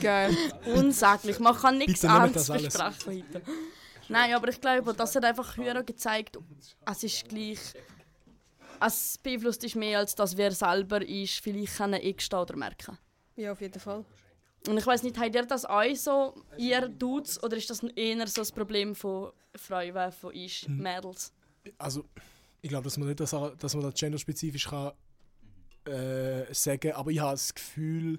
D: Geil.
A: Unsaglich, man kann nichts
B: Bitte nehmt
A: anderes
B: das alles.
A: versprechen heute. Nein, aber ich glaube, das hat einfach höher gezeigt, es ist gleich. Es beeinflusst dich mehr, als dass wir selber ist, vielleicht können eingestehen oder merken.
D: Ja, auf jeden Fall.
A: Und ich weiß nicht, habt ihr das auch so, ihr Dudes, oder ist das eher so das Problem von Frauen, von ich,
B: Hm.
A: Mädels?
B: Also, ich glaube, dass man nicht das, dass man das genderspezifisch kann, äh, sagen kann, aber ich habe das Gefühl,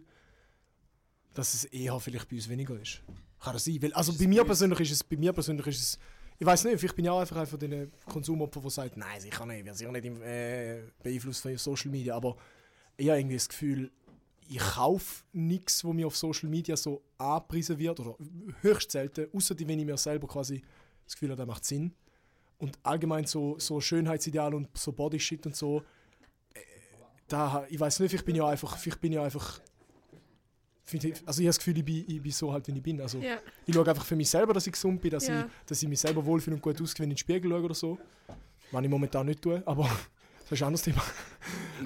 B: dass es eher vielleicht bei uns weniger ist. Kann das sein? Weil, also bei mir persönlich ist es, bei mir persönlich ist es, ich weiß nicht, vielleicht bin ich auch einfach einer von den Konsumopfern, die sagt, nein, sicher nicht, wir sind nicht im, äh, beeinflusst von Social Media, aber ich habe irgendwie das Gefühl, ich kaufe nichts, wo mir auf Social Media so angepriesen wird, oder höchst selten, außer wenn ich mir selber quasi das Gefühl habe, das macht Sinn. Und allgemein so, so Schönheitsideal und so Bodyshit und so, äh, da, ich weiß nicht, ich bin ja einfach, ich bin ja einfach, find ich- also ich habe das Gefühl, ich bin, ich bin so halt, wie ich bin. Also
D: Ja.
B: ich schaue einfach für mich selber, dass ich gesund bin, dass,
D: Ja.
B: ich, dass ich mich selber wohlfühle und gut aussehe, wenn ich in den Spiegel schaue oder so. Was ich momentan nicht tue, aber das ist ein anderes Thema.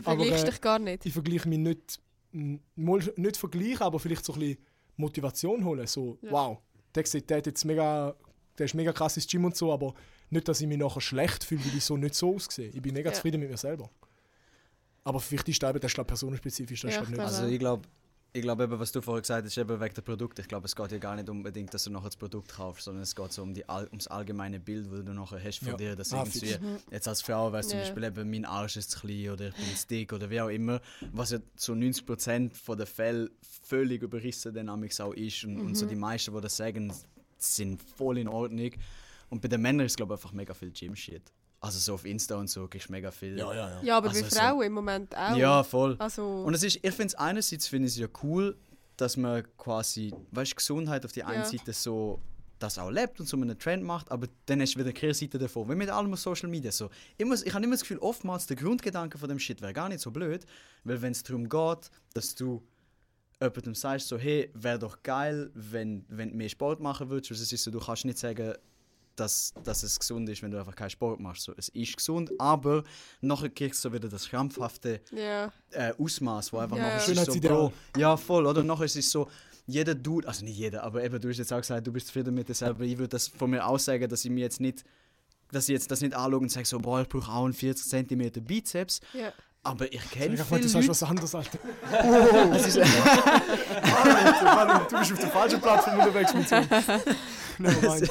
B: Aber,
D: Vergleichst
B: äh,
D: dich gar nicht.
B: Ich vergleiche mich nicht, m, mal nicht vergleichen, aber vielleicht so ein bisschen Motivation holen. So,
D: Ja.
B: wow, der, sieht, der, hat jetzt mega, der ist mega krass ins Gym und so, aber nicht, dass ich mich nachher schlecht fühle, weil ich so nicht so aussehe. Ich bin mega
D: Ja.
B: zufrieden mit mir selber. Aber vielleicht ist das eben, das ist glaub ich, personenspezifisch, das
D: Ja,
B: ist
D: ich
B: glaub nicht.
D: glaube-
H: Also ich glaube, ich glaube eben, was du vorher gesagt hast, eben wegen der Produkte. Ich glaube, es geht ja gar nicht unbedingt, dass du nachher das Produkt kaufst, sondern es geht so um die, all- ums allgemeine Bild, das du nachher hast von
B: Ja.
H: dir. Dass
B: Ah,
H: irgendwie, jetzt als Frau weißt du zum
D: Mhm. Ja.
H: Beispiel eben, mein Arsch ist zu klein oder ich bin zu dick oder wie auch immer. Was ja zu 90% von der Fälle völlig überrissen dann amigs auch ist. Und, und
D: Mhm.
H: so die meisten, die das sagen, sind voll in Ordnung. Und bei den Männern ist glaube ich einfach mega viel Gym-Shit. Also so auf Insta und so kriegst du mega viel. Ja, ja,
D: Ja, aber bei
H: Also so-
D: Frauen im Moment auch.
H: Ja, voll.
D: Also,
H: Und es ist, ich finde es einerseits finde ich es ja cool, dass man quasi, weißt Gesundheit auf die einen
D: Ja.
H: Seite so das auch lebt und so einen Trend macht, aber dann hast du wieder keine Seite davon. Wie mit allem auf Social Media so. Ich, muss, ich habe immer das Gefühl, oftmals der Grundgedanke von dem Shit wäre gar nicht so blöd, weil wenn es darum geht, dass du jemandem sagst, so hey, wäre doch geil, wenn, wenn du mehr Sport machen würdest, weil es ist so, du kannst nicht sagen, dass, dass es gesund ist, wenn du einfach keinen Sport machst. So, es ist gesund, aber nachher kriegst du so wieder das krampfhafte
D: ja.
H: äh, Ausmaß, wo einfach
D: Ja, ja.
H: nachher ist es so,
B: Schönheitsideal.
H: Bro, ja voll, oder? Nachher ist es so, jeder Dude, also nicht jeder, aber eben, du hast jetzt auch gesagt, du bist zufrieden mit dir selber. Ich würde das von mir aussagen, dass ich mir jetzt nicht, dass ich jetzt das nicht anschaue und sage so, boah, ich brauche auch einen 40 cm Bizeps,
D: ja.
H: aber ich kenne
B: Ich dachte, du
H: viele
B: sagst
H: Leute,
B: was anderes, Alter.
H: das ist,
B: Du bist auf der falschen Plattform unterwegs mit so. Nevermind.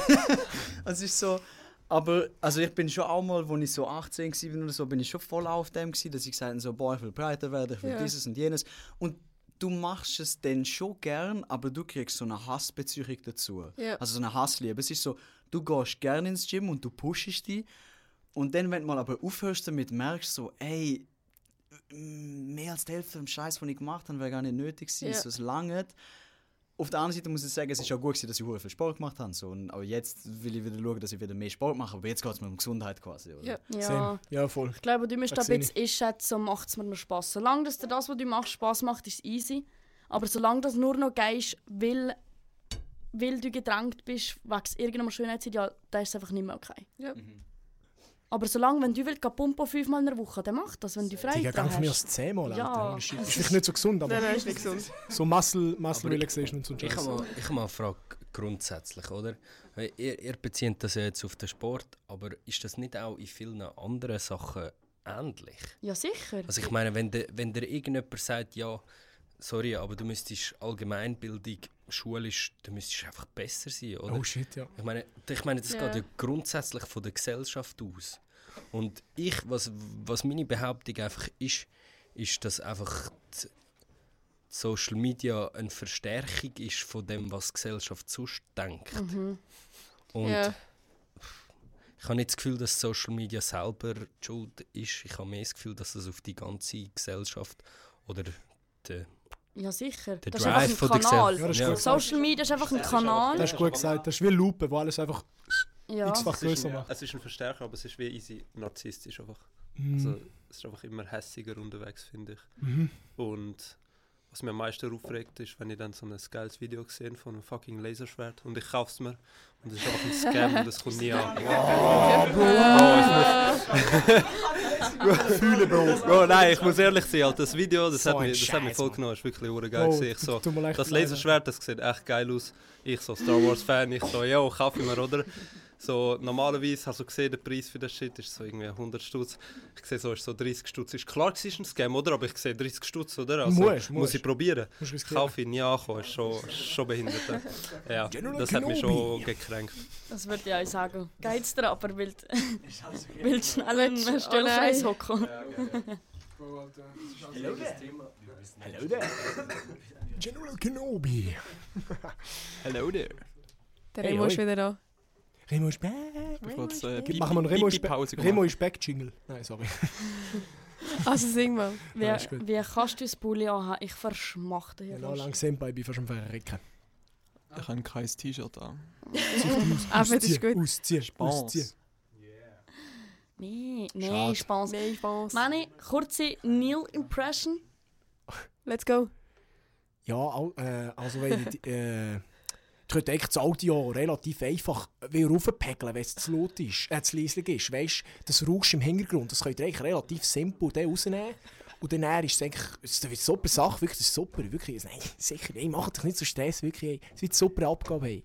H: es ist so, aber, also ich bin schon auch mal, als ich so 18 war oder so, bin ich schon voll auf dem gewesen, dass ich gesagt habe, so, boah, ich will breiter werden, ich will
D: Ja.
H: dieses und jenes. Und du machst es dann schon gern, aber du kriegst so eine Hassbeziehung dazu.
D: Ja.
H: Also so eine Hassliebe. Es ist so, du gehst gerne ins Gym und du pushst dich. Und dann, wenn du mal aber aufhörst damit, merkst du so, ey, mehr als die Hälfte vom Scheiß, den ich gemacht habe, wäre gar nicht nötig gewesen.
D: Ja.
H: So, es langt. Auf der anderen Seite muss ich sagen, es ist auch gut gewesen, dass ich hure viel Sport gemacht habe. So. Und, aber jetzt will ich wieder schauen, dass ich wieder mehr Sport mache. Aber jetzt geht es mir um Gesundheit quasi. Oder?
D: Ja.
A: Ja.
B: Same. Ja, voll.
A: Ich glaube, du musst da
B: Das
A: ein
B: sehe
A: bisschen einschätzen, macht es mir noch Spass. Solange dass dir das, was du machst, Spass macht, ist es easy. Aber solange das nur noch gehst, weil, weil du gedrängt bist, wegen irgendeinem Schönheitsideal, dann ist es einfach nicht mehr okay.
D: Ja.
A: Aber solange, wenn du willst, geh Pumpo fünfmal in der Woche, dann mach das, wenn du frei
B: Digga, gang
A: hast.
B: von mir aus zehnmal, Alter.
A: Ja.
B: Ja. Ist vielleicht nicht so gesund, aber
D: Nein, nein, ist nicht gesund.
B: so Muscle, Muscle
F: Aber ich-
B: Relaxation und so ein
F: Ich
B: Scheiß.
F: habe mal, ich habe mal eine Frage grundsätzlich, oder? Weil Ihr, ihr bezieht das ja jetzt auf den Sport, aber ist das nicht auch in vielen anderen Sachen ähnlich?
A: Ja, sicher.
F: Also ich meine, wenn, der, wenn dir irgendjemand sagt, ja, sorry, aber du müsstest Allgemeinbildung, schulisch, du müsstest einfach besser sein, oder?
B: Oh shit, ja.
F: Ich meine, ich meine das
D: Ja.
F: geht ja grundsätzlich von der Gesellschaft aus. Und ich, was, was meine Behauptung einfach ist, ist, dass einfach die Social Media eine Verstärkung ist von dem, was die Gesellschaft sonst denkt. Und
D: Ja.
F: ich habe nicht das Gefühl, dass Social Media selber die schuld ist. Ich habe mehr das Gefühl, dass das auf die ganze Gesellschaft oder den
A: Ja, sicher.
F: Der
A: das
F: Drive
A: ist
F: von
A: einfach
F: der
A: ein Kanal.
F: Gesellschaft.
B: Ja, das ist gut.
A: Social Media ist einfach ein Kanal.
B: Das ist gut gesagt. Das ist wie Lupe, wo alles einfach
A: Ja.
B: x-fach
G: Es ist,
B: größer
G: ein,
B: macht.
G: es ist ein Verstärker, aber es ist wie easy narzisstisch einfach.
B: Mm.
G: Also, es ist einfach immer hässiger unterwegs, finde ich.
B: Mhm.
G: Und was mich am meisten aufregt, ist, wenn ich dann so ein geiles Video sehe von einem fucking Laserschwert und ich kauf's mir und es ist einfach ein Scam und es kommt nie an.
B: Fühle, Bro.
G: Bro, Oh, nein, ich muss ehrlich sein, Alter, das Video, das
B: So
G: hat
B: ein
G: mich, das hat mich
B: Scheiß,
G: voll
B: Mann. Oh,
G: genommen, ist wirklich hure geil gewesen. Ich so,
B: tut mir leicht
G: das
B: leid.
G: Laserschwert, das sieht echt geil aus. Ich so Star Wars Fan, ich so, ja, kauf ich mir, oder? So, normalerweise hast du gesehen, der Preis für das Shit ist so irgendwie 100 Stutz. Ich sehe so, ist so 30 Stutz. Ist klar, es ist ein Scam, oder? Aber ich sehe 30 Stutz, oder? Also, muss
B: Musst, musst.
G: ich probieren.
B: Musst riskieren.
G: Kauf ihn, ja, komm, ist schon, ist schon behindert. Ja, Ja,
B: General
G: das hat mich schon
B: Kenobi.
G: gekränkt.
A: Das würde ich auch sagen. Geht's dir aber, weil, weil du schnell in
D: Willst- oh
A: einen Stellkreis
D: nein.
A: hocken.
B: General Kenobi.
E: Hello there.
D: Der
B: Hey,
D: Remo ist
B: hoi.
D: wieder da.
B: Remo ist back.
E: Bevor das, äh,
B: Gib- Machen wir einen Remo ist back.
E: Pipi-Pause
B: Remo ist back Jingle. Nein, sorry.
D: Also sing mal.
A: Wie,
B: Ja, ist gut.
A: wie kannst du das Bulli anhaben? Ich verschmach dich hier.
B: Genau, lang Senpai, bin fast am Verrecken.
E: Ich habe kein T-Shirt an.
D: Aber das ist gut.
B: Ausziehen, ausziehen.
A: Nee, nee, Spaß.
D: Nein, Spaß.
A: Manni, kurze Neil-Impression.
D: Let's go.
B: Ja, au- äh, also wenn ich, äh, ich könnte eigentlich das Audio relativ einfach wieder raufpäckeln, wenn es zu laut ist, äh, zu leislich ist. Weißt du, das Rauschen im Hintergrund, das könnt ihr eigentlich relativ simpel dann rausnehmen. Und dann ist es eigentlich, es wird super Sache, wirklich, das ist super, wirklich. Nein, sicher, ey, macht euch nicht so Stress, wirklich, ey. Es wird eine super Abgabe, ey.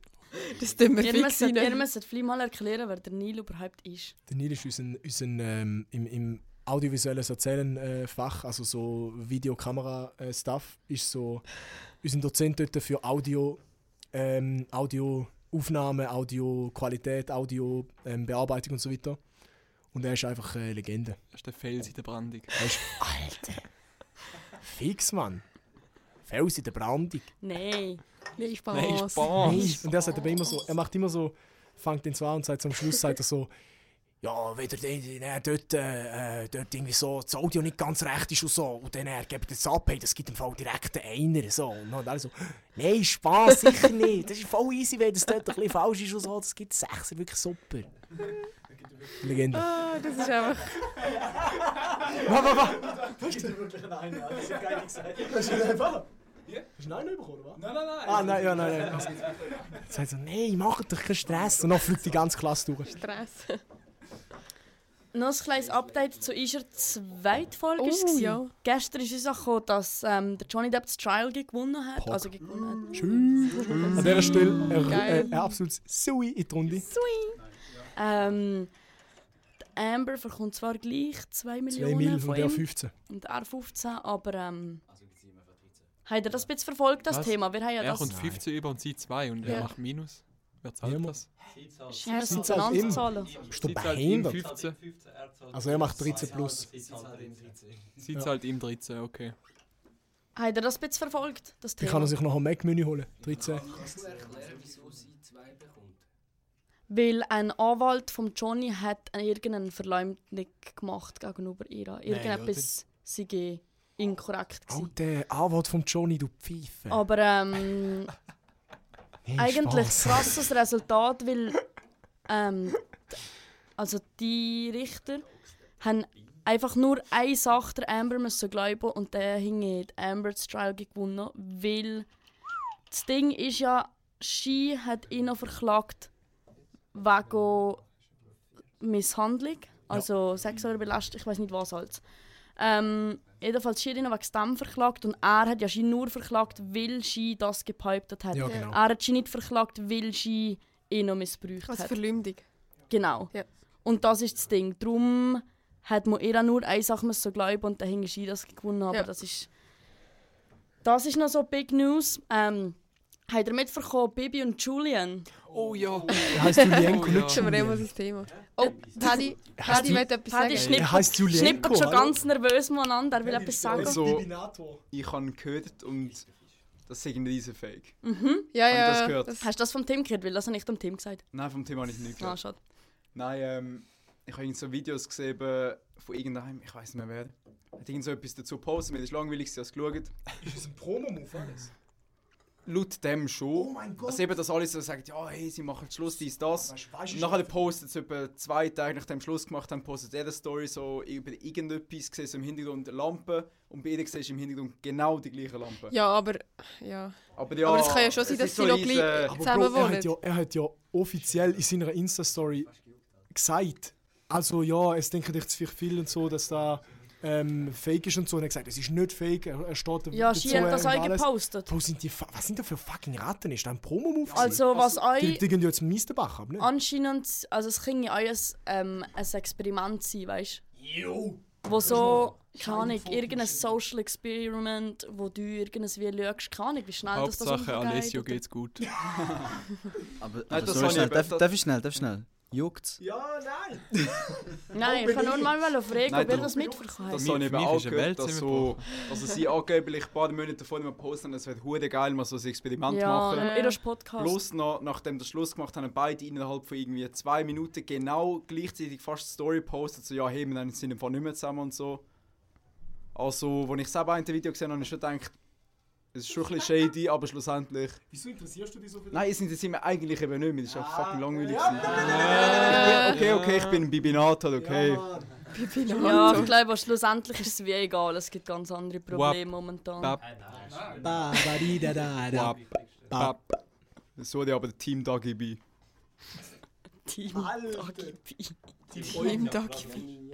D: Das tun wir
A: Ihr
D: fix
A: müsst, ihr
D: rein.
A: müsst vielleicht mal erklären, wer der Neil überhaupt ist.
B: Der Neil ist unser, unser ähm, im, im audiovisuelles Erzählen äh, Fach, also so Videokamera äh, Stuff, ist so unser Dozent dort für Audio, ähm, Audioaufnahme, Audioqualität, Audio ähm, Bearbeitung und so weiter. Und er ist einfach äh, Legende.
E: Das ist der Fels in der Brandung.
B: Er ist, Alter, fix Mann, Fels in der Brandung.
A: Nein.
D: Nein,
E: Nein,
D: Spaß.
B: Nein.
E: Spaß!
B: Und er sagt aber immer so, er macht immer so, fängt ihn so an und sagt zum Schluss sagt er so, ja, wenn der, der, der dort, äh, äh, dort irgendwie so das Audio nicht ganz recht ist und so, und dann er gibt das ab, hey, das gibt im Fall direkt einen Einer, so. Und dann alle so, nein, Spaß, sicher nicht, das ist voll easy, wenn das dort ein bisschen falsch ist und so, das gibt Sechser, wirklich super. Legende.
D: Ah, das ist einfach.
B: Was, was, was? Das ist wirklich ein Einer, das ist geil gesagt. Hast du einen bekommen? Hast du einen bekommen, was?
I: Nein, nein, nein.
B: Ah, nein, ja, nein, nein. Jetzt sagt so, nein, mach doch keinen Stress. Und dann fliegt die ganze Klasse durch.
D: Stress.
A: Noch ein kleines Update zu unserer zweiten Folge.
D: Oh,
A: ist es.
D: ja.
A: Gestern ist es gekommen, dass ähm, der Johnny Depp das Trial gewonnen hat.
B: Pock.
A: Also gewonnen hat.
B: Schön. An dieser Stelle ein, äh,
D: Geil.
B: ein, ein absolutes Sui in die Runde.
A: Ähm, die Amber bekommt zwar gleich 2
B: 2
A: Millionen
B: Mil
A: von
B: und
A: ihm
B: er 15.
A: und er 15, aber ähm, habt ihr das ein bisschen verfolgt, das
E: Was?
A: Thema? Wir haben ja
E: Er
A: das
E: kommt 15 über und sie 2 und er
D: Ja.
E: macht Minus. Wer zahlt
B: Niemand.
E: das?
A: schwer
B: Sie zahlt ihm.
A: auseinanderzahlen.
B: Bist du
E: Sie zahlt ihm
B: behindert?
E: 15,
B: Also er macht 13 plus.
E: sie zahlt ihm 13, okay.
A: Habt ihr das ein bisschen verfolgt, das
B: Dann kann er
A: Thema?
B: sich noch ein Mac-Menü holen. 13.
A: Weil ein Anwalt von Johnny hat irgendeine Verleumdung gemacht gegenüber ihr. Irgendetwas sei inkorrekt
B: Oh,
A: gewesen.
B: der Anwalt von Johnny, du Pfeife.
A: Aber ähm,
B: Nee,
A: eigentlich
B: Spaß.
A: krasses Resultat, weil ähm, d- also die Richter haben einfach nur eine Sache der Amber müssen glauben und der hinge die Amber das Trial gewonnen, weil das Ding ist ja, sie hat ihn noch verklagt wegen Misshandlung, also sexueller Belastung, ich weiß nicht was als. Ähm, jedenfalls sie hat ihn noch wegen dem verklagt und er hat ja sie nur verklagt, weil sie das gepiped hat.
B: Ja, genau.
A: Er hat sie nicht verklagt, weil sie ihn noch missbraucht
D: Also
A: hat.
D: Verleumdung.
A: Genau.
D: Ja.
A: Und das ist das Ding. Darum hat man ihr auch nur eine Sache müssen glauben und dann hing sie das gewonnen. Aber
D: Ja.
A: das ist. Das ist noch so Big News. Ähm, habt ihr mitbekommen, Bibi und Julian?
E: Oh ja.
B: Er heißt Julienko,
E: Oh, ja.
B: nicht
D: Schon mal immer
B: Julian.
D: sein Thema. Oh, Paddy, Paddy
B: du-
D: möchte etwas
A: Paddy
D: sagen.
A: schnippt-
B: Er heißt Julienko.
A: Schnippert schon
B: hallo?
A: ganz nervös miteinander, er will etwas sagen.
I: Also, ich habe gehört und das ist irgendwie diese Fake.
D: Ja,
I: Hab ich
D: ja.
I: das gehört?
A: Hast du das vom Tim gehört? Weil das habe ich dem Tim gesagt.
I: Nein, vom Thema habe ich nicht
A: Ah,
I: gehört.
A: schade.
I: Nein, ähm, ich habe irgend so Videos gesehen äh, von irgendeinem, ich weiß nicht mehr wer. Hat irgend so etwas dazu gepostet, mir ist langweilig, ich habe es geschaut.
B: Ist das ein Promo-Move alles?
I: Laut dem
B: Oh
I: schon.
B: mein Gott.
I: Also eben, dass alle so sagen, ja, hey, sie machen Schluss, dies,
B: Weißt-
I: das.
B: weißt du
I: Und
B: schon-
I: nachher postet es etwa zwei Tage nach dem Schluss gemacht haben, postet jeder Story so über irgendetwas, siehst du im Hintergrund eine Lampe und bei jeder siehst du im Hintergrund genau die gleiche Lampe.
D: Ja, aber. Ja.
I: Aber, ja,
D: aber es kann ja schon
I: es
D: sein,
I: ist äh,
D: dass sie noch
I: riesen-
D: gleich
B: Aber Bro, er,
D: zusammenwohnen.
B: hat ja, er hat ja offiziell in seiner Insta-Story gesagt, also ja, es denken dich zu viel viel und so, dass da ähm, fake ist und so. Und er hat gesagt, es ist nicht fake, er, er steht
A: Ja,
B: dazu,
A: sie hat das
B: er-
A: auch
B: alles.
A: gepostet.
B: Bro, sind die, fa- was sind da für fucking Ratten? Ist da ein Promo-Move?
A: Also, was
B: Die,
A: euch.
B: die gehen ja jetzt Meisterbach ab, ne?
A: Anscheinend, also es kann ja auch ein, ähm, ein Experiment sein, weißt du? Wo so, keine Ahnung, irgendein Social Experiment, wo du irgendwas wie schaust, keine Ahnung, wie schnell Ah, das
E: Hauptsache
A: das
E: Alessio
A: umgeht.
E: geht's gut.
H: Aber,
I: Nein,
H: aber
I: das
H: sorry,
I: habe ich
H: schnell,
I: eben-
H: darf,
I: das-
H: darf ich schnell, darf ich schnell? Juckt's?
A: Nein, ich kann nur mal fragen,
I: Nein,
A: ob ihr
I: das-
A: das mitbekommen
I: Das
A: habt.
E: Für
I: habe
E: mich-
I: ich eben
E: für mich
I: auch
E: ist eine
I: gehört, dass so,
E: Weltzimmerdorf.
I: also sie angeblich ein paar Monate davor immer posten, es wird hure geil, mal so ein Experiment
A: Ja,
I: machen.
A: im ersten Podcast.
I: Plus noch, nachdem der Schluss gemacht haben, haben beide innerhalb von irgendwie zwei Minuten genau gleichzeitig fast die Story postet, so ja, hey, wir sind im Fall nicht mehr zusammen und so. Also, als ich selber ein Video gesehen habe, habe ich schon gedacht, es ist schon ein bisschen shady, aber schlussendlich.
B: Wieso interessierst du dich so für
I: Nein, es sind wir eigentlich eben nicht mehr, das ist auch fucking langweilig.
G: Äh.
I: gewesen. Okay, okay, ich bin ein Bibinat, okay.
A: Ja, ich glaube, schlussendlich ist es wie egal, es gibt ganz andere Probleme momentan.
E: Bap. Wap, wap.
I: So, ja, aber der Team Dagi bei.
A: Team AGP.
D: Im Dagi.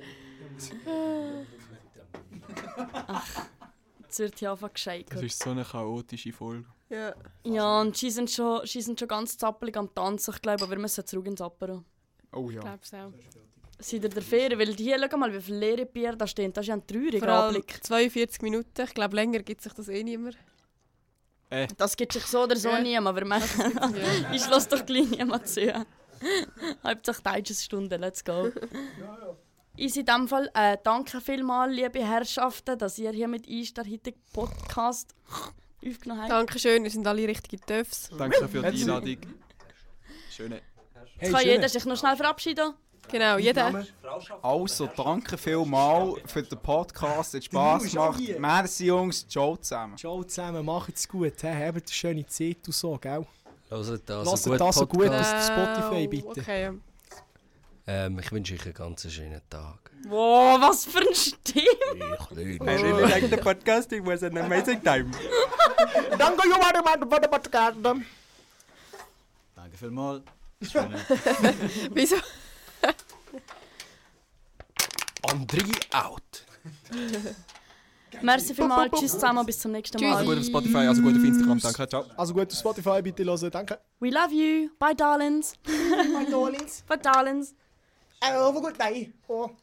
A: Jetzt wird hier einfach
E: Das
A: gescheitert.
E: ist so eine chaotische Folge.
D: Ja.
A: Ja, und sie sind schon, sie sind schon ganz zappelig am Tanzen, ich glaube, aber wir müssen zurück ins Apero.
I: Oh ja.
D: Ich glaube es auch.
A: Seid ihr der Ferien? Weil hier, schau mal, wie viele leere Bier da stehen. Das ist ja ein
D: Vor
A: trauriger
D: allem
A: Anblick.
D: 42 Minuten. Ich glaube, länger gibt sich das eh nicht mehr.
A: Das gibt sich so oder so
D: Ja.
A: niemand. Aber man,
D: Ja.
A: ich lasse doch gleich niemand zu. Hauptsache deutsche Stunde, let's go. Ist in diesem Fall äh, danke vielmals, liebe Herrschaften, dass ihr hier mit uns den heutigen Podcast aufgenommen habt.
D: Dankeschön, ihr sind alle richtige Töffs.
E: Danke für die
I: Merci.
E: Einladung. Schöne.
A: Jetzt kann jeder sich noch schnell verabschieden.
D: Genau, jeder.
I: Also, danke vielmals für den Podcast, hat
B: Du
I: Spass
B: bist auch
I: gemacht.
B: hier.
I: Merci Jungs, ciao zusammen.
B: Ciao zusammen, macht's gut, he. habt eine schöne Zeit und so, gell?
F: Hört das
B: Lasst
F: einen guten
B: das so gut
F: Podcast.
B: aus Spotify, bitte.
D: Äh, Okay.
F: Ähm, ich wünsche euch einen ganz schönen Tag.
A: Wow, was für ein Stimme!
F: Ich liebe
G: I really like the podcast. It was an amazing time.
B: Danke, Jumade, Mann, Mann, Mann, Mann.
H: Danke vielmals.
D: Wieso?
F: André out.
A: Merci vielmals, tschüss zusammen, bis zum nächsten
D: Tschüss.
A: Mal.
E: Also gut auf Spotify, also gut auf Instagram. Danke, ciao.
B: Also gut, auf Spotify bitte hören, danke.
A: We love you. Bye, darlings.
B: Mein Dolins,
A: Bye, darlings.
B: have a good day. Oh.